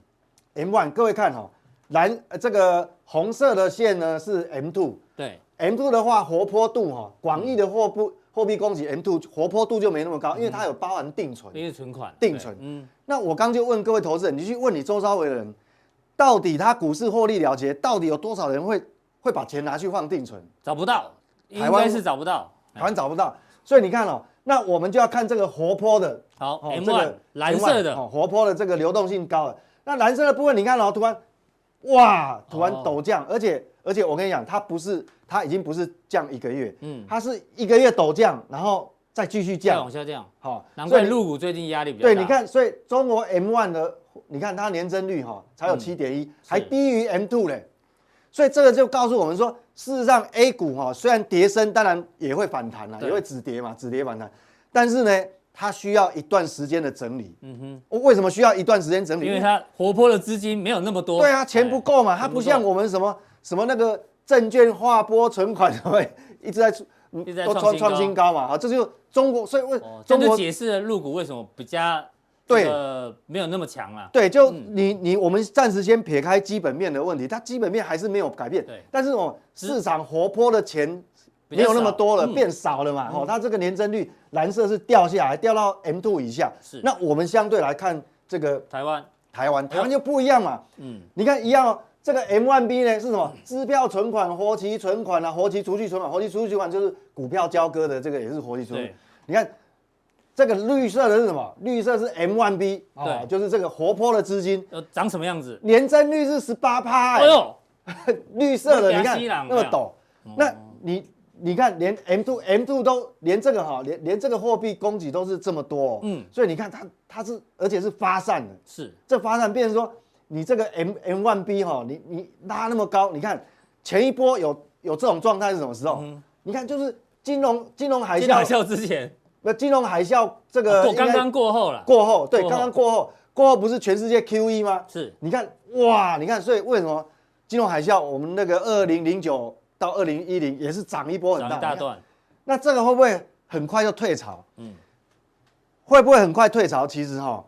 Speaker 3: ，M one，各位看哈、哦，蓝呃这个红色的线呢是 M two，M
Speaker 1: 对，
Speaker 3: two 的话活泼度哈、哦，广义的货不货币供给 M two 活泼度就没那么高，因为它有包含定存。
Speaker 1: 因为存款
Speaker 3: 定
Speaker 1: 对
Speaker 3: 存
Speaker 1: 嗯，
Speaker 3: 那我刚就问各位投资人，你去问你周遭的人，到底他股市获利了结，到底有多少人会会把钱拿去放定存？
Speaker 1: 找不到，应
Speaker 3: 台湾
Speaker 1: 该是找不到。
Speaker 3: 台湾找不到，所以你看哦，那我们就要看这个活泼的，
Speaker 1: 好
Speaker 3: 哦，
Speaker 1: ，M
Speaker 3: 这
Speaker 1: one
Speaker 3: 个
Speaker 1: 蓝色
Speaker 3: M1 哦
Speaker 1: 的，
Speaker 3: 活泼的这个流动性高的。那蓝色的部分，你看哦，突然，哇，突然
Speaker 1: 哦
Speaker 3: 陡降，而且而且我跟你讲，它不是它已经不是降一个月，
Speaker 1: 嗯
Speaker 3: 嗯，它是一个月陡降，然后再继续
Speaker 1: 再
Speaker 3: 降
Speaker 1: 往，下降，
Speaker 3: 好、
Speaker 1: 难
Speaker 3: 所以
Speaker 1: 怪
Speaker 3: 你
Speaker 1: 入股最近压力比较大。
Speaker 3: 对，你，看，所以中国 M one 的，你看它年增率哈、才
Speaker 1: 嗯
Speaker 3: 有七点一，还低于 M two 嘞。所以这个就告诉我们说，事实上 A 股哈、虽然跌升，当然也会反弹啦，
Speaker 1: 对
Speaker 3: 也会止跌嘛，止跌反弹，但是呢，它需要一段时间的整理。
Speaker 1: 嗯哼，
Speaker 3: 我为什么需要一段时间整理？
Speaker 1: 因为它活泼的资金没有那么多。
Speaker 3: 对啊，钱不够嘛，
Speaker 1: 哎
Speaker 3: 它不
Speaker 1: 钱
Speaker 3: 像我们什么什么那个证券划拨存款 <laughs> 什么，一直在出嗯
Speaker 1: 一直在
Speaker 3: 都
Speaker 1: 创
Speaker 3: 创
Speaker 1: 新
Speaker 3: 创
Speaker 1: 高
Speaker 3: 新高嘛，啊，这就中国，所以为
Speaker 1: 哦，这
Speaker 3: 中
Speaker 1: 就
Speaker 3: 国
Speaker 1: 解释了入股为什么比较
Speaker 3: 对
Speaker 1: 呃没有那么强啦。
Speaker 3: 对，就你你我们暂时先撇开基本面的问题，它基本面还是没有改变。
Speaker 1: 对
Speaker 3: 但是哦，市场活泼的钱
Speaker 1: 比较
Speaker 3: 没
Speaker 1: 少
Speaker 3: 有那么多了，
Speaker 1: 嗯
Speaker 3: 变少了嘛。哦，它这个年增率蓝色是掉下来，掉到 M two 以下。
Speaker 1: 是
Speaker 3: 那我们相对来看这个
Speaker 1: 台湾，
Speaker 3: 台湾，台湾就不一样嘛。
Speaker 1: 哎嗯，
Speaker 3: 你看一样哦，这个 M one B 呢是什么？支票存款、活期存款啊，活期储蓄存款、活期储蓄存款就是股票交割的，这个也是活期储蓄
Speaker 1: 对。
Speaker 3: 你看这个绿色的是什么？绿色是 M one B，哦
Speaker 1: 对，
Speaker 3: 就是这个活泼的资金，
Speaker 1: 呃，长什么样子？
Speaker 3: 年增率是十八趴，
Speaker 1: 哎呦，
Speaker 3: 绿色的，
Speaker 1: 那
Speaker 3: 你
Speaker 1: 加
Speaker 3: 看
Speaker 1: 西朗啊哦
Speaker 3: 那么陡，那你你看连 M two M two 都连这个哈，连连这个货币供给都是这么多、哦，
Speaker 1: 嗯
Speaker 3: 嗯，所以你看它它是而且是发散的，
Speaker 1: 是
Speaker 3: 这发展变成说，你这个 M M one B 哈，你你拉那么高，你看前一波有有这种状态是什么时候？你看就是金融金融海
Speaker 1: 嗯金海
Speaker 3: 啸，
Speaker 1: 啸之前，
Speaker 3: 那金融海啸这
Speaker 1: 哦
Speaker 3: 个
Speaker 1: 过
Speaker 3: 应该
Speaker 1: 刚刚过后了，
Speaker 3: 过后，对，
Speaker 1: 过后
Speaker 3: 刚刚过后，过后不是全世界 Q E 吗？
Speaker 1: 是
Speaker 3: 你看哇，你看，所以为什么金融海啸，我们那个二零零九到二零一零也是涨一波很
Speaker 1: 涨
Speaker 3: 大，
Speaker 1: 一大
Speaker 3: 你看
Speaker 1: 段，
Speaker 3: 那这个会不会很快就退潮？嗯，会不会很快退潮？其实哈，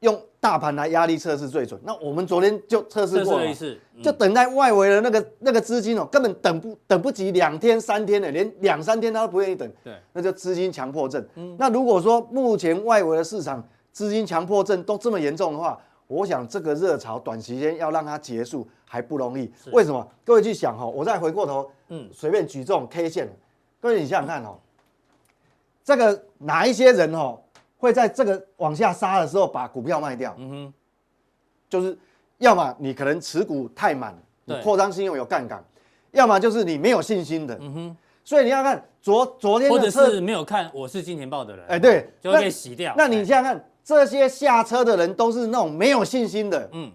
Speaker 3: 用大盘来压力测试最准。那我们昨天就测试
Speaker 1: 这是
Speaker 3: 过了
Speaker 1: 了
Speaker 3: 嘛
Speaker 1: 一，次，嗯
Speaker 3: 就等待外围的那个那个资金哦，根本等不等不及两天三天的，连两三天他都不愿意等，
Speaker 1: 对，嗯
Speaker 3: 那就资金强迫症。那如果说目前外围的市场资金强迫症都这么严重的话，我想这个热潮短时间要让它结束还不容易。为什么？各位去想哈、哦，我再回过头，
Speaker 1: 嗯
Speaker 3: 嗯，随便举这种 K 线，各位你想想看哦，这个哪一些人哦会在这个往下杀的时候把股票卖掉？
Speaker 1: 嗯哼，
Speaker 3: 就是要么你可能持股太满，你
Speaker 1: 对
Speaker 3: 扩张信用有杠杆，要么就是你没有信心的。
Speaker 1: 嗯哼，
Speaker 3: 所以你要看昨昨天
Speaker 1: 或
Speaker 3: 的
Speaker 1: 者
Speaker 3: 车，
Speaker 1: 是没有看《我是金钱豹》的人，哦
Speaker 3: 哎对
Speaker 1: 就会
Speaker 3: 那
Speaker 1: 被洗掉。
Speaker 3: 那你
Speaker 1: 哎
Speaker 3: 想想看，这些下车的人都是那种没有信心的，
Speaker 1: 嗯，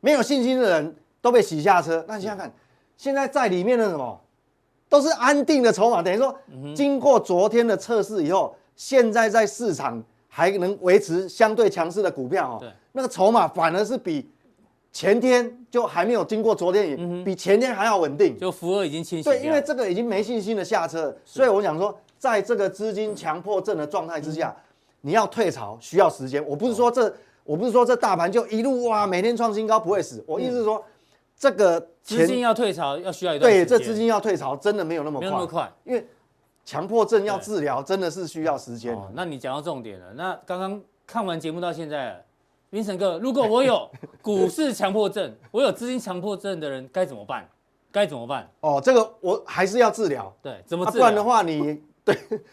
Speaker 3: 没有信心的人都被洗下车。那你想想看，现在在里面的什么，都是安定的筹码，等于说
Speaker 1: 嗯
Speaker 3: 经过昨天的测试以后，现在在市场还能维持相对强势的股票哦
Speaker 1: 对，
Speaker 3: 那个筹码反而是比前天就还没有经过昨天也，
Speaker 1: 嗯
Speaker 3: 比前天还要稳定。
Speaker 1: 就福尔已经清洗掉，
Speaker 3: 对，因为这个已经没信心的下
Speaker 1: 嗯
Speaker 3: 车了，所以我想说，在这个资金强迫症的状态之
Speaker 1: 嗯
Speaker 3: 下，你要退潮需要时间。我不是说这，我不是说这大盘就一路哇每天创新高不会死，我意思是说，这个
Speaker 1: 资
Speaker 3: 钱
Speaker 1: 金要退潮要需要一段时间，
Speaker 3: 对这资金要退潮真的没有那么
Speaker 1: 没有那么
Speaker 3: 快，
Speaker 1: 快。
Speaker 3: 因为强迫症要
Speaker 1: 对
Speaker 3: 治疗真的是需要时间。
Speaker 1: 哦，那你讲到重点了。那刚刚看完节目到现在，Vincent 哥，如果我
Speaker 3: <laughs>
Speaker 1: 有股市强迫症，我有资金强迫症的人该怎么办？该怎么办？
Speaker 3: 哦，这个我还是要治疗，
Speaker 1: 对，怎么
Speaker 3: 啊
Speaker 1: 治
Speaker 3: 不
Speaker 1: 疗？
Speaker 3: 然的话你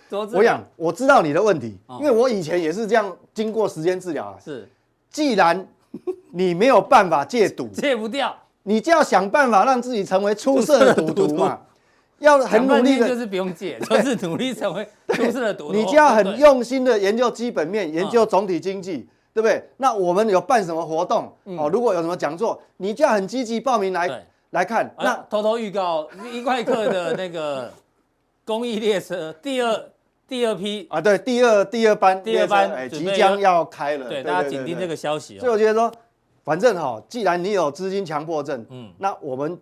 Speaker 1: 怎么治疗，
Speaker 3: 我想我知道你的问题
Speaker 1: 哦，
Speaker 3: 因为我以前也是这样经过时间治疗啊。
Speaker 1: 是
Speaker 3: 既然你没有办法戒赌，
Speaker 1: 戒不掉，
Speaker 3: 你就要想办法让自己成为出色的赌徒
Speaker 1: <laughs>
Speaker 3: 嘛，要很努力
Speaker 1: 讲半天就
Speaker 3: 的，
Speaker 1: 是不用
Speaker 3: <laughs>
Speaker 1: 戒，就是努力成为出色的赌徒。哦
Speaker 3: 你就要很
Speaker 1: 对
Speaker 3: 用心的研究基本面，研究总体经济，对不对？那我们有办什么活动哦？如果有什么讲座，你就要很积极报
Speaker 1: 嗯
Speaker 3: 名
Speaker 1: 对
Speaker 3: 来来看。
Speaker 1: <laughs> 啊
Speaker 3: 那
Speaker 1: 偷偷预告一块克的那 <laughs> 个公益列车第二第二批，
Speaker 3: 啊，对，第二第二班
Speaker 1: 第二班
Speaker 3: 列车哎，
Speaker 1: 准
Speaker 3: 即
Speaker 1: 备
Speaker 3: 将要开了，
Speaker 1: 哦对大家紧盯这
Speaker 3: 个。
Speaker 1: 个消息
Speaker 3: 所以
Speaker 1: 哦。
Speaker 3: 我觉得说，反正哈，既然你有资金强迫症，
Speaker 1: 嗯
Speaker 3: 嗯，那我们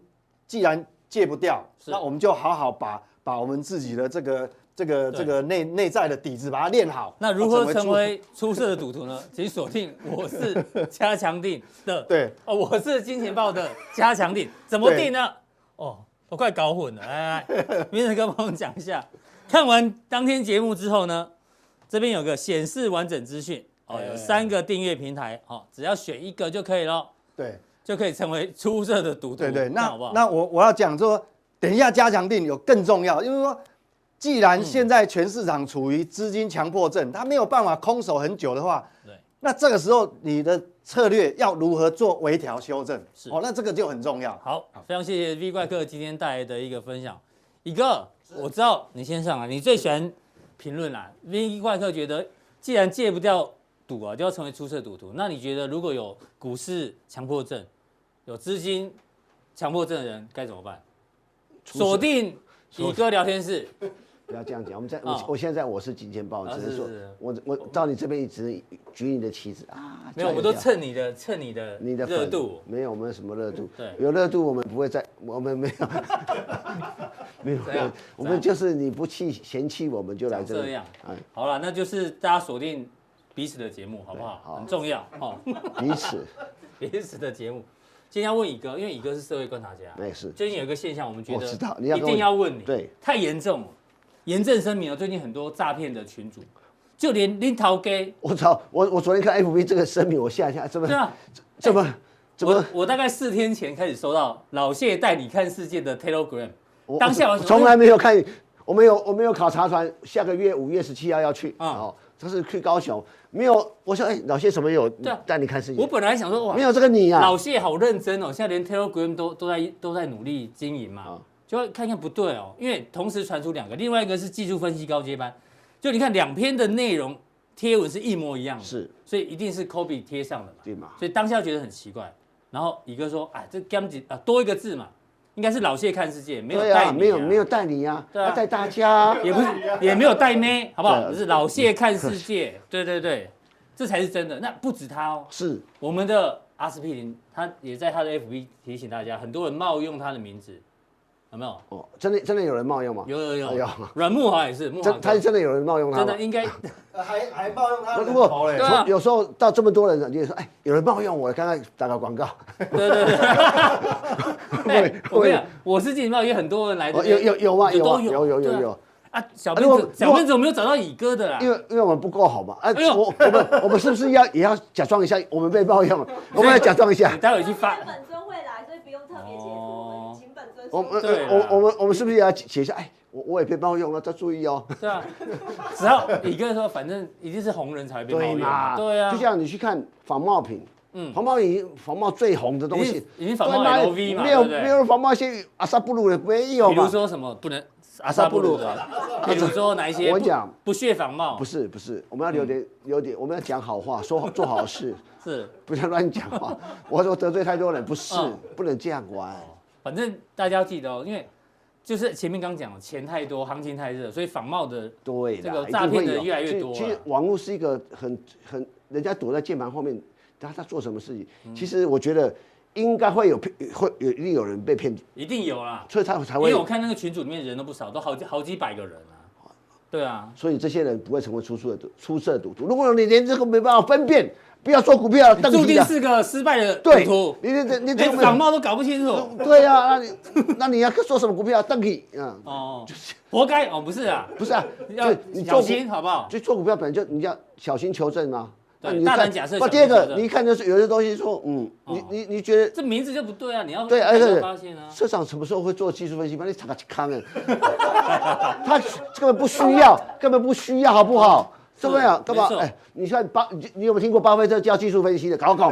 Speaker 3: 既然戒不掉，
Speaker 1: 是
Speaker 3: 那我们就好好把把我们自己的这个这个
Speaker 1: 对
Speaker 3: 这个内内在的底子把它练好。
Speaker 1: 那如何
Speaker 3: 啊
Speaker 1: 成
Speaker 3: 出
Speaker 1: 为 <laughs> 出色的赌徒呢？请锁定我
Speaker 3: <laughs>
Speaker 1: 是加强定的，
Speaker 3: 对
Speaker 1: 哦，我是金钱豹
Speaker 3: <laughs>
Speaker 1: 的加强定，怎么
Speaker 3: 对
Speaker 1: 定呢？哦，我快搞混了，来来来，明哲哥帮我们讲一下。看完当天节目之后呢，这边有个显示完整资讯，哦，有
Speaker 3: 哎
Speaker 1: 三个订阅平台，哦，只要选一个就可以了。
Speaker 3: 对
Speaker 1: 就可以成为出色的赌徒。
Speaker 3: 对对，
Speaker 1: 这样
Speaker 3: 那
Speaker 1: 好不好？
Speaker 3: 那我我要讲说，等一下加强定有更重要，就是说，既然现在全市场处于资金强迫症，它没有办法空手很久的话，
Speaker 1: 对，
Speaker 3: 那这个时候你的策略要如何做微调修正？
Speaker 1: 是
Speaker 3: 哦，那这个就很重要。
Speaker 1: 好，非常谢谢 V 怪客今天带来的一个分享。一个，我知道你先上来，你最喜欢评论啦。V 怪客觉得，既然戒不掉赌啊，就要成为出色赌徒。那你觉得，如果有股市强迫症、有资金强迫症的人该怎么办？锁定乙哥聊天室，
Speaker 2: 不要这样讲，我们在
Speaker 1: 哦
Speaker 2: 我我现在我是金钱豹，
Speaker 1: 啊
Speaker 2: 只能
Speaker 1: 是
Speaker 2: 说
Speaker 1: 是是
Speaker 2: 我我到你这边只能举你的旗子啊，
Speaker 1: 没有，我们
Speaker 2: 加
Speaker 1: 都
Speaker 2: 油
Speaker 1: 蹭你的，蹭你的
Speaker 2: 你的
Speaker 1: 热
Speaker 2: 粉
Speaker 1: 度。
Speaker 2: 没有，我们什么热度？
Speaker 1: 对
Speaker 2: 有热度我们不会在， <laughs> 我们没
Speaker 1: <laughs>
Speaker 2: 有，没有
Speaker 1: 怎样，
Speaker 2: 我们就是你不弃嫌弃我们就来这
Speaker 1: 这
Speaker 2: 里
Speaker 1: 样
Speaker 2: 哎，
Speaker 1: 好了，那就是大家锁定彼此的节目，好不好？
Speaker 2: 对好
Speaker 1: 很重要哦，
Speaker 2: 彼此 <laughs>
Speaker 1: 彼此的节目。 <laughs> 今天要问乙哥，因为乙哥是社会观察家，
Speaker 2: 那也哎是
Speaker 1: 最近有一个现象，我们觉
Speaker 2: 我
Speaker 1: 得
Speaker 2: 知道你要
Speaker 1: 一
Speaker 2: 跟我
Speaker 1: 定要问你，
Speaker 2: 对，
Speaker 1: 太严重了，严正声明了。最近很多诈骗的群主，就连林桃
Speaker 2: <laughs>
Speaker 1: 给，
Speaker 2: 我操！我我昨天看 FB 这个声明，我吓一跳，怎么
Speaker 1: 对啊，
Speaker 2: 怎么怎么
Speaker 1: 我？我大概四天前开始收到老谢带你看世界的 Telegram，
Speaker 2: 我
Speaker 1: 当下
Speaker 2: 我
Speaker 1: 我想说
Speaker 2: 从来没有看，我们有我们有考察团，下个月五月十七号要去
Speaker 1: 啊
Speaker 2: 哦，这是去高雄，没有。我说哎，老谢什么有
Speaker 1: 对啊
Speaker 2: 带你看世
Speaker 1: 我
Speaker 2: 界？
Speaker 1: 本来想说哇
Speaker 2: 没，有这个你啊
Speaker 1: 老，谢好认真哦，现在连 Telegram 都都在都在努力经营嘛
Speaker 2: 啊，
Speaker 1: 就要看看不对哦，因为同时传出两个，另外一个是技术分析高阶班，就你看两篇的内容贴文是一模一样的，
Speaker 2: 是
Speaker 1: 所以一定是 copy 贴上的嘛，
Speaker 2: 对嘛？
Speaker 1: 所以当下觉得很奇怪，然后乙哥说，哎，这 gam 几啊多一个字嘛，应该是老谢看世界，没有
Speaker 2: 对
Speaker 1: 带你、
Speaker 2: 啊，
Speaker 1: 啊，
Speaker 2: 没有没有带你啊，
Speaker 1: 对啊
Speaker 2: 他带大家啊。
Speaker 1: 也不是也没有带妹，好不好？
Speaker 2: 对啊
Speaker 1: 不是老谢看世界，对对对，这才是真的，那不止他哦。
Speaker 2: 是
Speaker 1: 我们的阿司匹林，他也在他的 FB 提醒大家，很多人冒用他的名字，有没有？
Speaker 2: 哦，真的真的有人冒用吗？
Speaker 1: 有有有
Speaker 2: 哎呦
Speaker 1: 阮木华也是，木华
Speaker 2: 真他
Speaker 1: 哥
Speaker 2: 真的有人冒用他
Speaker 1: 真
Speaker 2: 吗
Speaker 1: 的？应该
Speaker 3: 呃还还冒用他
Speaker 2: 那
Speaker 3: 的
Speaker 2: 如
Speaker 3: 人
Speaker 2: 果
Speaker 3: 头嘞
Speaker 1: 对啊
Speaker 2: 从有时候到这么多人了，你也说，哎，有人冒用我，刚刚打个广告，
Speaker 1: 对对
Speaker 2: <laughs>
Speaker 1: 对，哎我跟你
Speaker 2: 我也
Speaker 1: 讲，我是经贸，也很多人来这
Speaker 2: 哦
Speaker 1: 边，
Speaker 2: 有有有吗？有
Speaker 1: 都
Speaker 2: 啊有有
Speaker 1: 对啊
Speaker 2: 有有，
Speaker 1: 啊，小
Speaker 2: 啊
Speaker 1: 辫
Speaker 2: 如果
Speaker 1: 子
Speaker 2: 如
Speaker 1: 小
Speaker 2: 果
Speaker 1: 辫子我没有找到乙哥的啦，
Speaker 2: 因为因为我们不够好嘛，哎，
Speaker 1: 哎呦
Speaker 2: 我我们我们是不是要也要假装一下，我们被冒
Speaker 1: <laughs>
Speaker 2: 用了，我们要假装一下
Speaker 1: 你，待会去发 <laughs>
Speaker 4: 因为本尊会来，所以不用特别解释，我
Speaker 1: 哦
Speaker 4: 们请本尊
Speaker 2: 我
Speaker 4: 说。
Speaker 2: 们
Speaker 1: 对啦啊
Speaker 2: 我我们我们是不是也要写一下？哎，我我也被冒用了，要注意哦。
Speaker 1: 对啊，只要乙哥说，反正一定是红人才会被冒
Speaker 2: 对
Speaker 1: 用
Speaker 2: 嘛？
Speaker 1: 嘛，对啊，
Speaker 2: 就像你去看仿冒品，
Speaker 1: 嗯
Speaker 2: 嗯，仿冒品仿冒最红的东
Speaker 1: 已
Speaker 2: 西
Speaker 1: 经，已经仿冒
Speaker 2: 对嘛
Speaker 1: LV 嘛
Speaker 2: 没有
Speaker 1: 对不对
Speaker 2: 没有人仿冒一些阿萨布鲁的没有
Speaker 1: 比如
Speaker 2: 嘛？
Speaker 1: 说什么不能阿
Speaker 2: 萨
Speaker 1: 萨
Speaker 2: 布
Speaker 1: 布
Speaker 2: 鲁啊
Speaker 1: 鲁的，比如说哪一些
Speaker 2: 我
Speaker 1: 不
Speaker 2: 讲
Speaker 1: 不屑仿冒
Speaker 2: 不，是不是，我们要
Speaker 1: 嗯
Speaker 2: 留点留点，我们要讲好话，说
Speaker 1: <laughs>
Speaker 2: 好做好事，
Speaker 1: 是，
Speaker 2: 不要乱
Speaker 1: <laughs>
Speaker 2: 讲话。我说得罪太多人，不是
Speaker 1: 嗯，哦
Speaker 2: 不能这样玩。
Speaker 1: 反正大家要记得哦，因为就是前面刚讲了，钱太多，行情太热，所以仿冒的
Speaker 2: 对
Speaker 1: 这个
Speaker 2: 的，一
Speaker 1: 诈
Speaker 2: 定
Speaker 1: 骗
Speaker 2: 会
Speaker 1: 的
Speaker 2: 有。
Speaker 1: 越来越
Speaker 2: 其
Speaker 1: 多
Speaker 2: 实其实
Speaker 1: 了
Speaker 2: 网络是一个很很，人家躲在键盘后面，他他做什么事情？
Speaker 1: 嗯
Speaker 2: 其实我觉得应该会有骗，会有一定有人被骗，
Speaker 1: 一定有啦，
Speaker 2: 所以他才
Speaker 1: 因
Speaker 2: 会
Speaker 1: 为我看那个群组里面人都不少，都好几好几百个人啊，对啊，
Speaker 2: 所以这些人不会成为出色的出色的赌徒。如果你连这个没办法分辨，不要说股票了，
Speaker 1: 你
Speaker 2: 当
Speaker 1: 注
Speaker 2: 机
Speaker 1: 定
Speaker 2: 的，
Speaker 1: 是个失败的赌
Speaker 2: 对
Speaker 1: 徒，，
Speaker 2: 你这 <laughs> 你这
Speaker 1: 连
Speaker 2: 个
Speaker 1: 仿哎
Speaker 2: 没
Speaker 1: 冒都搞不清楚。
Speaker 2: <laughs> 对呀、啊，那你那你要说什么股票当机啊？
Speaker 1: 哦，活该哦，不是啊，
Speaker 2: 不是啊，
Speaker 1: 要
Speaker 2: 就你
Speaker 1: 小
Speaker 2: 做
Speaker 1: 心好不好？
Speaker 2: 就做股票本来就你要小心求证啊。
Speaker 1: 对
Speaker 2: 那你
Speaker 1: 大胆
Speaker 2: 看
Speaker 1: 假设
Speaker 2: 不，
Speaker 1: 小
Speaker 2: 第二
Speaker 1: 心求
Speaker 2: 个
Speaker 1: 证
Speaker 2: 你一看就是有些东西说，嗯，
Speaker 1: 哦
Speaker 2: 你你你觉得
Speaker 1: 这名字就不对啊，你要
Speaker 2: 对，而
Speaker 1: 而
Speaker 2: 且
Speaker 1: 且发现啊，
Speaker 2: 市场什么时候会做技术分析？把你查个康哎，他根本不需要，根本不需要，好不好？对不对啊？干嘛
Speaker 1: 没？错
Speaker 2: 哎，你看巴，你你有没有听过巴菲特教技术分析的？搞搞，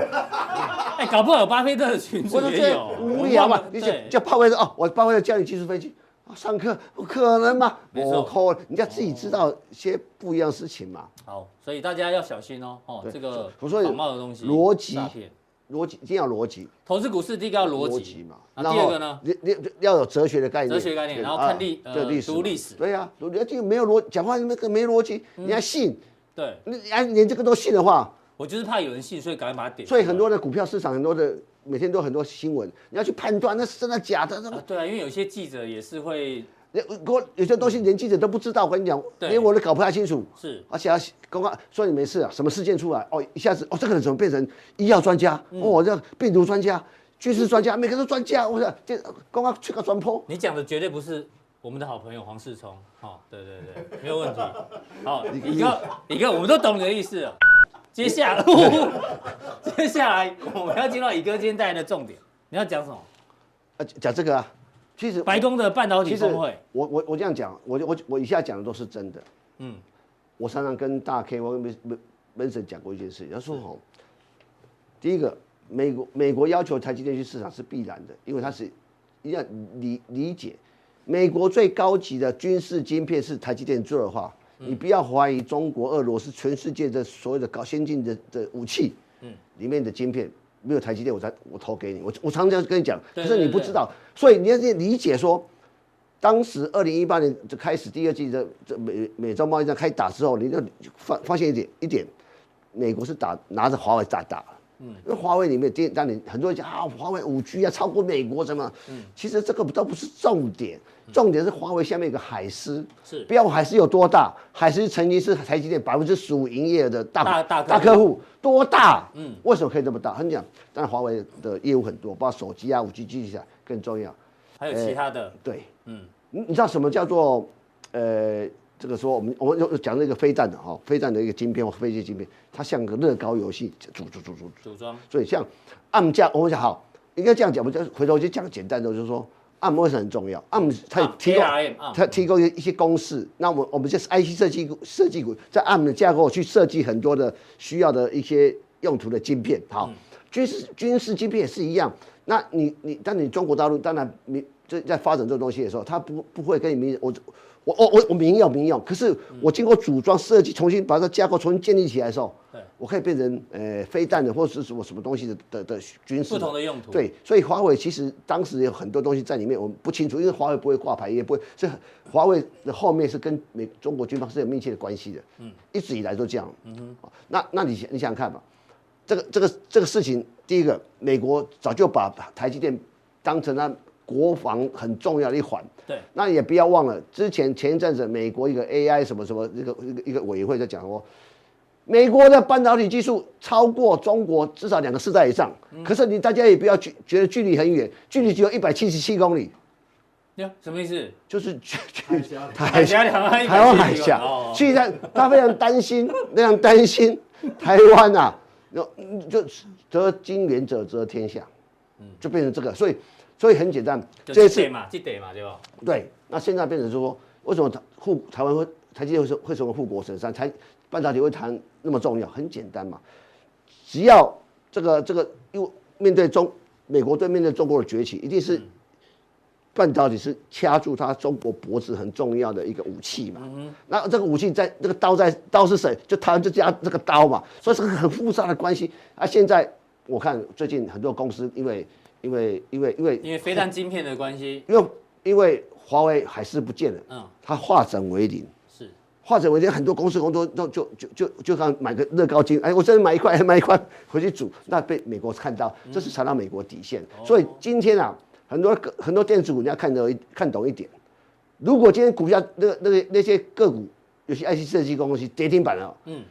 Speaker 1: 哎，搞不好有巴菲特的群
Speaker 2: 我
Speaker 1: 组
Speaker 2: 说
Speaker 1: 也
Speaker 2: 这
Speaker 1: 有，
Speaker 2: 无聊嘛
Speaker 1: 我忘了？
Speaker 2: 你
Speaker 1: 对
Speaker 2: 讲叫巴菲特哦，我巴菲特教你技术分析。啊上课不可能吗？
Speaker 1: 没错
Speaker 2: 我靠，人家自己知道些不一样的事情嘛。
Speaker 1: 好，所以大家要小心哦，哦，
Speaker 2: 对
Speaker 1: 这个
Speaker 2: 我说有
Speaker 1: 仿冒的东西，
Speaker 2: 逻辑
Speaker 1: 诈骗，
Speaker 2: 逻辑一定要有逻辑，
Speaker 1: 投资股市第一个要逻辑
Speaker 2: 嘛。
Speaker 1: 那第二个呢？
Speaker 2: 你你要有哲学的概念，
Speaker 1: 哲学概念
Speaker 2: 对
Speaker 1: 然后看历
Speaker 2: 啊
Speaker 1: 呃
Speaker 2: 对历史嘛，
Speaker 1: 读历史嗯
Speaker 2: 对呀，读这个没有逻，讲话那个没逻辑，你还信？
Speaker 1: 对
Speaker 2: 你你还连这个都信的话，
Speaker 1: 我就是怕有人信，所以赶快把它点出
Speaker 2: 所
Speaker 1: 来。
Speaker 2: 以很多的股票市场，很多的每天都有很多新闻，你要去判断那是真的假的，那
Speaker 1: 啊
Speaker 2: 么。
Speaker 1: 对啊，因为有些记者也是会
Speaker 2: 那我有些东西连记者都不知道，我跟你讲，
Speaker 1: 对
Speaker 2: 连我都搞不太清楚，
Speaker 1: 是
Speaker 2: 而且要刚刚说你没事啊，什么事件出来哦，一下子哦，这个人怎么变成医药专家，
Speaker 1: 嗯
Speaker 2: 哦，这病毒专家、军事专家，每个都专家，我想这刚刚去个专坡，
Speaker 1: 你讲的绝对不是我们的好朋友黄世聪，哦，对对
Speaker 2: <laughs>
Speaker 1: 对，没有问题。好，一个一个，我们都懂你的意思了。接下
Speaker 2: <laughs>
Speaker 1: 来，接下来我们要进入到乙哥今天带来的重点，你要讲什么？
Speaker 2: 啊，讲这个啊，其实
Speaker 1: 白宫的半导体
Speaker 2: 其实
Speaker 1: 峰会，
Speaker 2: 我我我这样讲，我就我我以下讲的都是真的。
Speaker 1: 嗯，
Speaker 2: 我常常跟大 K 我跟门门门神讲过一件事，他说吼，第一个，美国美国要求台积电去市场是必然的，因为它是一样理理解，美国最高级的军事晶片是台积电做的话，
Speaker 1: 嗯
Speaker 2: 你不要怀疑中国、俄罗斯全世界的所有的高先进的的武器，嗯，里面的晶片。没有台积电，我才我投给你。我我常常跟你讲，
Speaker 1: 对
Speaker 2: 可是你
Speaker 1: 对
Speaker 2: 不
Speaker 1: 对
Speaker 2: 知道，所以你要先理解说，当时二零一八年就开始第二季的这美美洲贸易战开打之后，你就发发现一点一点，美国是打拿着华为在打，嗯，因为华为里面电当你很多人讲啊，华为五 G 啊超过美国怎么？嗯，其实这个都不是重点，重点是华为下面有个海思，
Speaker 1: 是
Speaker 2: 不要海思有多大，海思曾经是台积电百分之十五营业额的大
Speaker 1: 大大客户
Speaker 2: 大客户多大？嗯，为什么可以这么大？很讲，但华为的业务很多，包括手机啊、五 G 机器啊更重要，
Speaker 1: 还有其他的，
Speaker 2: 对。
Speaker 1: 嗯，
Speaker 2: 你你知道什么叫做呃这个说我们我们有讲那个飞弹的哈、飞弹的一个晶片或飞机晶片，它像个乐高游戏，组组组组组。
Speaker 1: 组装
Speaker 2: 所以像暗价，我们讲好，应该这样讲，我们就回头就讲简单的，就是说暗为什么很重要？暗它
Speaker 1: 啊
Speaker 2: 提供
Speaker 1: ARM 啊
Speaker 2: 它提供一些公式，那我们我们这 IC 设计设计股在暗的架构去设计很多的需要的一些用途的晶片，好，
Speaker 1: 嗯
Speaker 2: 军事军事晶片也是一样。那你你，当你中国大陆当然你这在发展这个东西的时候，它不不会跟你民我我我我我民用民用，可是我经过组装设计，重新把它架构重新建立起来的时候
Speaker 1: 对，
Speaker 2: 我可以变成呃飞弹的或是什么什么东西的的的军事
Speaker 1: 不同的用途，，
Speaker 2: 对，所以华为其实当时有很多东西在里面，我们不清楚，因为华为不会挂牌，也不会，所以华为的后面是跟美中国军方是有密切的关系的，嗯，一直以来都这样，嗯哼，那那你想你想想看嘛，这个这个这个事情，第一个，美国早就把台积电当成他国防很重要的一环。
Speaker 1: 对，
Speaker 2: 那也不要忘了，之前前一阵子美国一个 AI 什么什么一个一个一个委员会在讲说，美国的半导体技术超过中国至少两个世代以上。可是你大家也不要觉觉得距离很远，距离只有一百七十七公里，
Speaker 1: 呀，什么意思？
Speaker 2: 就是距距
Speaker 1: 海峡两岸一百
Speaker 2: 台湾海
Speaker 1: 七十
Speaker 2: 峡
Speaker 1: 公里哦，
Speaker 2: 所以他他非常担心，非常担心台湾啊，那就得金元者得天下，就变成这个，所以所以很简单，
Speaker 1: 就
Speaker 2: 这
Speaker 1: 一
Speaker 2: 次
Speaker 1: 点嘛，这点嘛，对吧？
Speaker 2: 对，那现在变成是说，为什么台护台湾会台积电会成会成为护国神山，台半导体会谈那么重要？很简单嘛，只要这个这个，因为面对中美国对面对中国的崛起，一定是半导体是掐住它中国脖子很重要的一个武器嘛。那这个武器在这个刀在刀是谁？就台湾就加这个刀嘛，所以是个很复杂的关系。啊，现在我看最近很多公司因为因为因为因为
Speaker 1: 因为飞弹晶片的关系，
Speaker 2: 因为因为华为还是不见了，
Speaker 1: 嗯，
Speaker 2: 它化整为零，
Speaker 1: 是
Speaker 2: 化整为零，很多公司工作都就就就就刚买个乐高金，哎，我真的买一块， <laughs> 买一块回去煮，那被美国看到，这是踩到美国底线，
Speaker 1: 嗯
Speaker 2: 所以今天啊，很多个很多电子股你要看懂一看懂一点，如果今天股价那个那个那些个股，有些 IC 设计公司跌停板了，
Speaker 1: 嗯，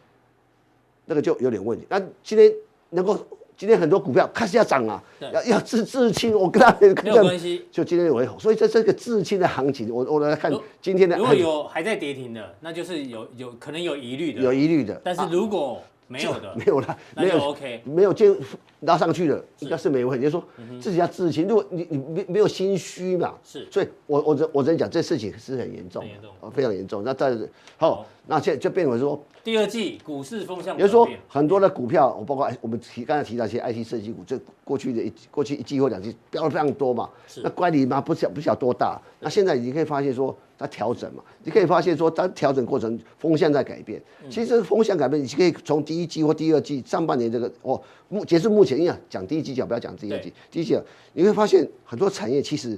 Speaker 2: 那个就有点问题。那今天能够。今天很多股票开始要涨啊
Speaker 1: 对，
Speaker 2: 要要自自清，我跟他没
Speaker 1: 没有关系。
Speaker 2: 就今天为好，所以这这个至亲的行情，我我来看
Speaker 1: 如
Speaker 2: 今天的
Speaker 1: 如果
Speaker 2: 行情
Speaker 1: 有还在跌停的，那就是有有可能有疑虑的，
Speaker 2: 有疑虑的，
Speaker 1: 但是
Speaker 2: 啊
Speaker 1: 如果没有的
Speaker 2: <laughs> 没，有啦，
Speaker 1: 那
Speaker 2: 没
Speaker 1: 就
Speaker 2: 有
Speaker 1: OK
Speaker 2: 没有见拉上去了，应该是没问题。就是说自己要自清，如果你你没没有心虚嘛，
Speaker 1: 嗯是
Speaker 2: 所以我我只我只能讲这事情是很严重的
Speaker 1: 很严重，
Speaker 2: 啊非常严重。那但是好，那现在就变为说，
Speaker 1: 第二季股市风向
Speaker 2: 也就是
Speaker 1: 转
Speaker 2: 说
Speaker 1: 变，
Speaker 2: 很多的股票，我包括哎我们提刚才提到一些 IT 设计股，这过去的一过去一季或两季飙了非常多嘛，那乖离嘛不小不小多大，那现在你可以发现说它调整嘛，你可以发现说它调整过程风向在改变，
Speaker 1: 嗯
Speaker 2: 其实风向改变，你可以从第一季或第二季上半年这个哦目截至目前，因为讲第一季讲不要讲第二季
Speaker 1: 对，
Speaker 2: 第一季讲你会发现很多产业其实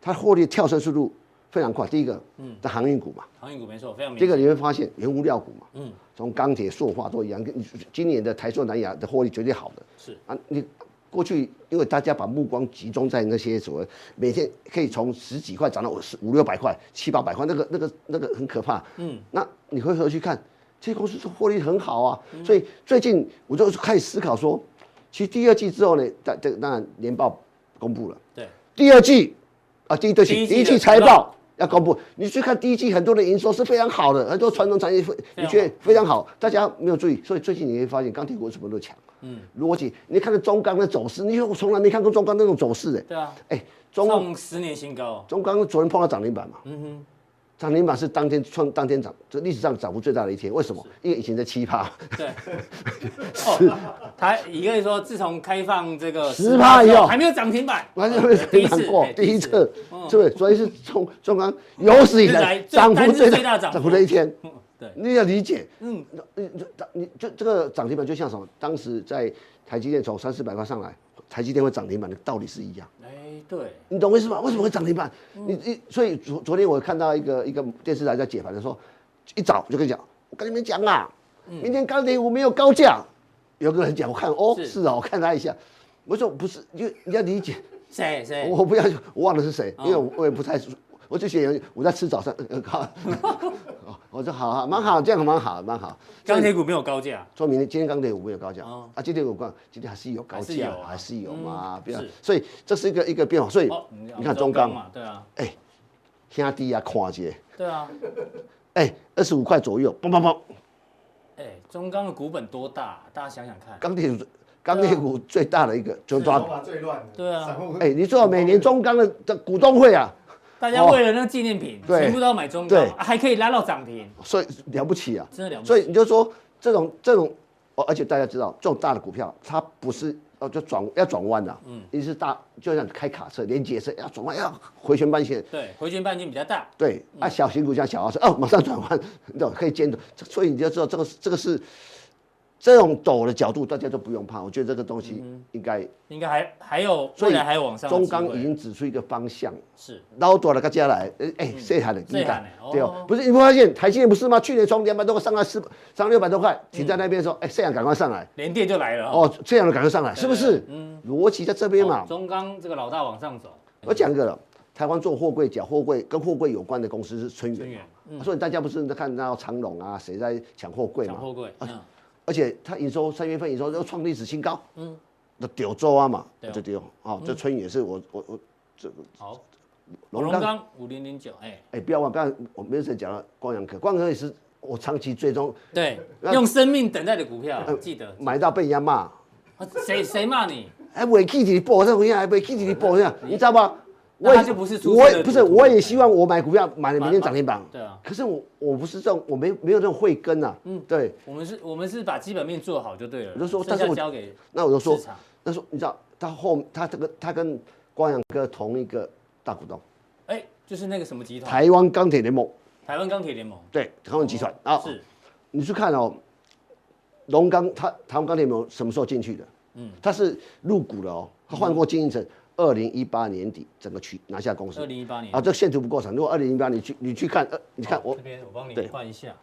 Speaker 2: 它获利跳升速度非常快，第一个
Speaker 1: 嗯
Speaker 2: 在航运股嘛。
Speaker 1: 航运股没错，非常明
Speaker 2: 这
Speaker 1: 显。
Speaker 2: 个你会发现原物料股嘛，嗯，从钢铁、塑化都一样。跟今年的台塑、南亚的获利绝对好的，
Speaker 1: 是
Speaker 2: 啊，你过去因为大家把目光集中在那些所谓每天可以从十几块涨到五十五六百块、七八百块，那个那个那个很可怕，嗯，那你回头去看这些公司是获利很好啊，所以最近我就开始思考说，其实第二季之后呢，但这当然年报公布了。
Speaker 1: 对，
Speaker 2: 第二季啊，第一对不起
Speaker 1: 第一季
Speaker 2: 第一
Speaker 1: 的
Speaker 2: 季
Speaker 1: 财报
Speaker 2: 财报要公布，你去看第一季很多的营收是非常好的，很多传统产业非
Speaker 1: 非常好
Speaker 2: 你觉得非常好，大家没有注意，所以最近你会发现钢铁股什么都强，嗯，逻辑，你看到中钢的走势，你我从来没看过中钢那种走势的，
Speaker 1: 对啊，
Speaker 2: 哎，中钢
Speaker 1: 创十年新高，哦
Speaker 2: 中钢昨天碰到涨停板嘛，嗯哼，涨停板是当天创当天涨，这历史上涨幅最大的一天，为什么？因为以前在七趴，
Speaker 1: <laughs>
Speaker 2: <laughs>
Speaker 1: 对，哦，台一个说自从开放这个
Speaker 2: 10%以后
Speaker 1: 还没有涨停板，
Speaker 2: 完全没
Speaker 1: 第一
Speaker 2: 有
Speaker 1: 次
Speaker 2: 涨过
Speaker 1: 哎，
Speaker 2: 第一次
Speaker 1: 嗯，
Speaker 2: 对不对？所以是中中钢有史以
Speaker 1: 来
Speaker 2: 来
Speaker 1: 最
Speaker 2: 涨
Speaker 1: 单
Speaker 2: 幅
Speaker 1: 日
Speaker 2: 最
Speaker 1: 最大
Speaker 2: 大
Speaker 1: 涨
Speaker 2: 涨
Speaker 1: 幅
Speaker 2: 幅的一天。
Speaker 1: 嗯对，
Speaker 2: 你要理解，
Speaker 1: 嗯
Speaker 2: 嗯，你就你就这个涨停板就像什么？当时在台积电从三四百块上来，台积电会涨停板的道理是一样。
Speaker 1: 哎，对，
Speaker 2: 你懂我意思吗？为什么会涨停板？你你所以昨昨天我看到一个一个电视台在解盘的时候，一早就跟你讲，我跟你们讲啊，明天钢铁股没有高价。有个人讲，我看哦
Speaker 1: 是
Speaker 2: 是啊，我看他一下，我说不是，就你要理解，
Speaker 1: 谁谁
Speaker 2: 我不要，我忘了是谁，因为我我也不太熟，我就写我在吃早餐，呃 <laughs> 靠，我说好啊，蛮好，这样蛮好，蛮好。
Speaker 1: 钢铁股没有高价，
Speaker 2: 说明天今天钢铁股没有高价、
Speaker 1: 哦
Speaker 2: 啊，今天有高，今天还是有高
Speaker 1: 还是有
Speaker 2: 价，
Speaker 1: 啊
Speaker 2: 还是有嘛，不要
Speaker 1: 是，
Speaker 2: 所以这是一个一个变化，所以
Speaker 1: 哦，
Speaker 2: 哎你看中钢
Speaker 1: 嘛，对啊，
Speaker 2: 兄弟啊，看一下，
Speaker 1: 对啊，
Speaker 2: 哎，二十五块左右，砰砰砰，
Speaker 1: 哎，中钢的股本多大？大家想想看，
Speaker 2: 钢铁股钢铁股最大的一个就抓
Speaker 3: 头，发最乱的，
Speaker 1: 对啊
Speaker 3: 散户
Speaker 2: 哎，你知道每年中钢的的股东会啊，
Speaker 1: 大家为了那纪念品，
Speaker 2: 对
Speaker 1: 全部都要买中钢
Speaker 2: 对，
Speaker 1: 啊还可以拉到涨停，
Speaker 2: 所以了不起啊，
Speaker 1: 真的了不
Speaker 2: 所
Speaker 1: 起。
Speaker 2: 以你就说这种这种，哦，而且大家知道，这种大的股票它不是哦，就转要转弯的、嗯，一是大就像开卡车、连接车要转弯，要回旋半线。
Speaker 1: 对，回旋半径比较大，
Speaker 2: 对啊，小型股像小号车哦，马上转弯，你懂可以兼得，这所以你就知道这个是这个是这种陡的角度，大家都不用怕。我觉得这个东西应该，
Speaker 1: 应该还还有
Speaker 2: 所
Speaker 1: 未
Speaker 2: 以
Speaker 1: 来还有嗯往上的
Speaker 2: 中
Speaker 1: 机会。
Speaker 2: 钢已经指出一个方向，
Speaker 1: 是
Speaker 2: 老多了个家来，哎哎，谁喊的？
Speaker 1: 谁喊嗯的
Speaker 2: 对
Speaker 1: 哦
Speaker 2: 哦，不是你不发现台积电不是吗？去年从两百多块上到四上六百多块，停在那边说，哎，谁喊赶快上来？
Speaker 1: 连电嗯就来了哦
Speaker 2: 哦，这样的赶快上来，是不
Speaker 1: 对嗯
Speaker 2: 是？逻辑在这边嘛
Speaker 1: 哦。中钢这个老大往上走，
Speaker 2: 我讲一个了，台湾做货柜讲货柜跟货柜有关的公司是春
Speaker 1: 春
Speaker 2: 源
Speaker 1: 元
Speaker 2: 嘛，所以大家不是在看到长隆啊，谁在抢货柜
Speaker 1: 讲
Speaker 2: 嘛？
Speaker 1: 货柜，嗯，
Speaker 2: 而且它营收三月份营收又创历史新高，嗯，那丢州啊嘛
Speaker 1: 对哦，
Speaker 2: 这丢啊，这春也是我我我这
Speaker 1: 好，
Speaker 2: 龙
Speaker 1: 龙
Speaker 2: 岗，
Speaker 1: 钢五零零九，哎，
Speaker 2: 哎，不要忘，不要，我没事讲了，光阳科，光阳科也是我长期追踪，
Speaker 1: 对，
Speaker 2: 那
Speaker 1: 用生命等待的股票，
Speaker 2: 呃
Speaker 1: 记得，
Speaker 2: 买到被人家骂，
Speaker 1: 啊谁谁骂你？
Speaker 2: 哎，尾气体爆这回来，尾气体爆这样，你知道吗？
Speaker 1: 嗯那
Speaker 2: 我
Speaker 1: 它
Speaker 2: 也
Speaker 1: 就不是出色
Speaker 2: 我
Speaker 1: 的
Speaker 2: 也不是，
Speaker 1: 股东
Speaker 2: 我也希望我买股票买了明天涨停板，
Speaker 1: 对啊，
Speaker 2: 可是我我不是这种，我没没有这种慧根啊，嗯，对，
Speaker 1: 我们是，我们是把基本面做好就对了。
Speaker 2: 我就说
Speaker 1: 剩
Speaker 2: 但是
Speaker 1: 下
Speaker 2: 我
Speaker 1: 交给
Speaker 2: 那我就说
Speaker 1: 市，场。
Speaker 2: 那时候你知道他后他这个他跟光阳哥同一个大股东，
Speaker 1: 哎，就是那个什么集团，
Speaker 2: 台湾钢铁联盟，
Speaker 1: 台湾钢铁联盟
Speaker 2: 对，台湾集团啊，
Speaker 1: 哦是
Speaker 2: 你去看哦，龙钢他台湾钢铁联盟什么时候进去的？嗯，他是入股了哦，他换过经营层，二零一八年底整个区拿下公司
Speaker 1: 二，零一八年
Speaker 2: 啊，。这个线图不够长，如果二零一八你去你去看，呃，你看
Speaker 1: 好
Speaker 2: 我
Speaker 1: 这边，我帮你
Speaker 2: 对
Speaker 1: 换一下。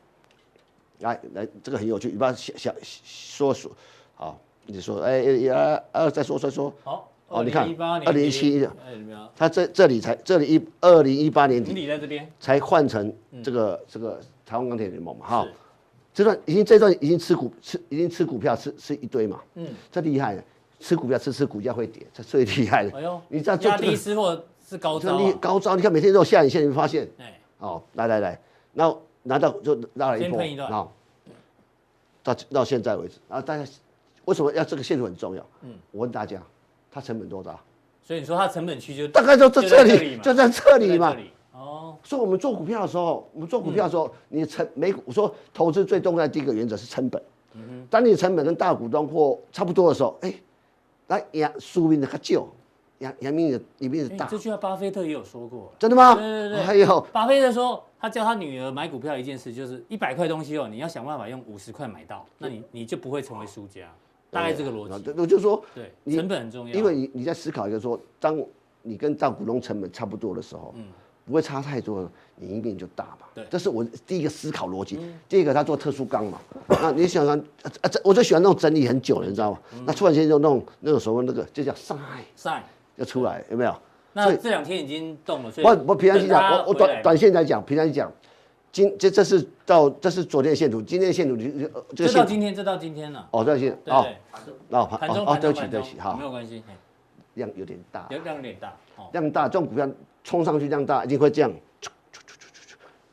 Speaker 2: 来来，这个很有趣，你把它想想说说，好，你说哎哎啊啊，再说再说，
Speaker 1: 好，
Speaker 2: 哦你看
Speaker 1: 一八年，
Speaker 2: 2017
Speaker 1: 哎，怎么样？
Speaker 2: 他这这里才这里一二零一八年底
Speaker 1: 经理在这边，
Speaker 2: 才换成这个、这个台湾钢铁联盟嘛，哈
Speaker 1: 嗯是，
Speaker 2: 这段已经这段已经吃股吃已经吃股票吃吃一堆嘛，
Speaker 1: 嗯
Speaker 2: 嗯，这厉害了，吃股票吃吃股价会跌，这最厉害了。
Speaker 1: 哎呦，
Speaker 2: 你知道
Speaker 1: 压
Speaker 2: 这
Speaker 1: 低
Speaker 2: 这
Speaker 1: 吃货是高
Speaker 2: 这
Speaker 1: 招
Speaker 2: 厉
Speaker 1: 啊，
Speaker 2: 高招，你看每天都有下影线，你会发现
Speaker 1: 哎，
Speaker 2: 哦，来来来，然后拿到就拉了一
Speaker 1: 先
Speaker 2: 波，
Speaker 1: 喷一段
Speaker 2: 后到到现在为止，然后大家为什么要这个线索很重要？嗯，我问大家，它成本多大？
Speaker 1: 所以你说它成本区就
Speaker 2: 大概就在
Speaker 1: 就
Speaker 2: 这
Speaker 1: 在
Speaker 2: 里，
Speaker 1: 嘛
Speaker 2: 就在这里
Speaker 1: 就在
Speaker 2: 嘛
Speaker 1: 这。里哦，
Speaker 2: 所以我们做股票的时候，我们做股票的时候，你成每股我说投资最重要的第一个原则是成本。当你成本跟大股东或差不多的时候，哎、那阳输赢的较少，阳阳明的里面的
Speaker 1: 哎
Speaker 2: 大
Speaker 1: 这，句话巴菲特也有说过。
Speaker 2: 真的吗？
Speaker 1: 对对对
Speaker 2: 还有
Speaker 1: 巴菲特说，他教他女儿买股票一件事，就是一百块东西哦，你要想办法用五十块买到，那你你就不会成为输家，大概这个逻辑。
Speaker 2: 我就说，
Speaker 1: 对，
Speaker 2: 你
Speaker 1: 成本很重要，
Speaker 2: 因为你你在思考一个说，当你跟大股东成本差不多的时候，不会差太多，你赢面就大嘛。
Speaker 1: 嗯对嗯
Speaker 2: 这是我第一个思考逻辑。第二个，他做特殊钢嘛，那你想想，啊啊，这我就喜欢那种整理很久的，你知道吗？
Speaker 1: 嗯
Speaker 2: 那突然间就那种那种什么那个，就叫伤害
Speaker 1: 晒。
Speaker 2: 就出来，有没有？所
Speaker 1: 那
Speaker 2: 以
Speaker 1: 这两天已经动了，所以
Speaker 2: 我我平常心
Speaker 1: 等它
Speaker 2: 讲，我我
Speaker 1: 回来
Speaker 2: 短短线来讲，平常心讲，今这这是到这是昨天的线图，今天的线图你呃这
Speaker 1: 这
Speaker 2: 个
Speaker 1: 到
Speaker 2: 线图
Speaker 1: 今天，这到今天了，
Speaker 2: 哦，这个线
Speaker 1: 对不
Speaker 2: 哦
Speaker 1: 对？
Speaker 2: 哦
Speaker 1: 盘中
Speaker 2: 哦
Speaker 1: 盘中
Speaker 2: 哦，对不起
Speaker 1: 盘
Speaker 2: 对
Speaker 1: 中
Speaker 2: 不起，好
Speaker 1: 没，有关系，嘿
Speaker 2: 量有点大，
Speaker 1: 流量有点大，哦，
Speaker 2: 量大，这种股票冲上去量大，一定会这样，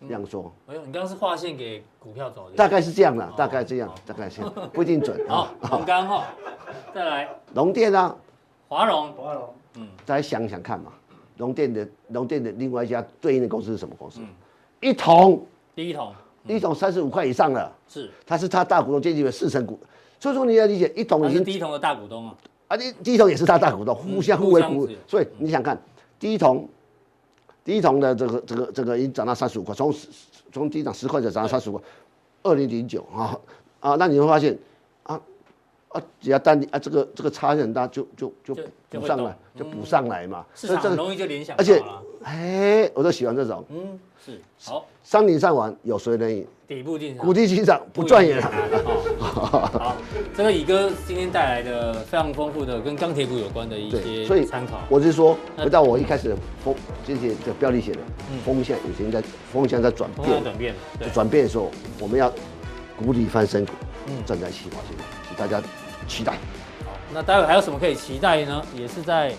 Speaker 2: 这样说，
Speaker 1: 哎呦，你刚刚是划线给股票走的，
Speaker 2: 大概是这样啦，大概这样，大概是这样，不一定准啊
Speaker 1: 哦 <laughs> 好。，龙刚哈，再来
Speaker 2: 龙电啊，
Speaker 1: 华荣，
Speaker 3: 华龙
Speaker 2: 大家想想看嘛，龙电的龙电的另外一家对应的公司是什么公
Speaker 1: 嗯
Speaker 2: 司？一桶，
Speaker 1: 第一桶
Speaker 2: 一桶三十五块以上了，
Speaker 1: 是，
Speaker 2: 它是它大股东接近的四成股，所以说你要理解一桶
Speaker 1: 他
Speaker 2: 已
Speaker 1: 是
Speaker 2: 经
Speaker 1: 第一桶的大股东啊，
Speaker 2: 啊，第第一桶也是他大股东，互相嗯互为股，
Speaker 1: 互相是
Speaker 2: 所以你想看，第一桶，第一桶的这个这个这个已经涨到三十五块，从10从低档十块钱涨到三十五块，二零零九啊啊，那你会发现啊啊，只要单啊这个这个差距很大，就就
Speaker 1: 就
Speaker 2: 就嗯
Speaker 1: 就
Speaker 2: 补
Speaker 1: 会
Speaker 2: 上
Speaker 1: 动
Speaker 2: 来，就补上来嘛，
Speaker 1: 市
Speaker 2: 所以
Speaker 1: 场
Speaker 2: 这
Speaker 1: 很
Speaker 2: 个
Speaker 1: 容易就联想
Speaker 2: 而且
Speaker 1: 到了，啊
Speaker 2: 哎，我就喜欢这种
Speaker 1: 嗯，是，好，
Speaker 2: 山顶上玩有谁能赢，
Speaker 1: 底部进场
Speaker 2: 谷。地起涨嗯不赚也难。啊
Speaker 1: 哦好，这个乙哥今天带来的非常丰富的跟钢铁股有关的一
Speaker 2: 对，所
Speaker 1: 些
Speaker 2: 以
Speaker 1: 参考。
Speaker 2: 我是说，
Speaker 1: 那嗯
Speaker 2: 回到我一开始的风这些的标题写的风向，已经在风向在转
Speaker 1: 同样
Speaker 2: 变，
Speaker 1: 转变了，对，
Speaker 2: 转变的时候，我们要谷底翻身股，
Speaker 1: 嗯
Speaker 2: 站在起跑线，请大家期待。
Speaker 1: 好，那待会还有什么可以期待呢？也是在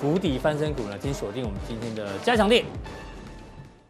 Speaker 1: 谷底翻身股呢，请锁定我们今天的加强店。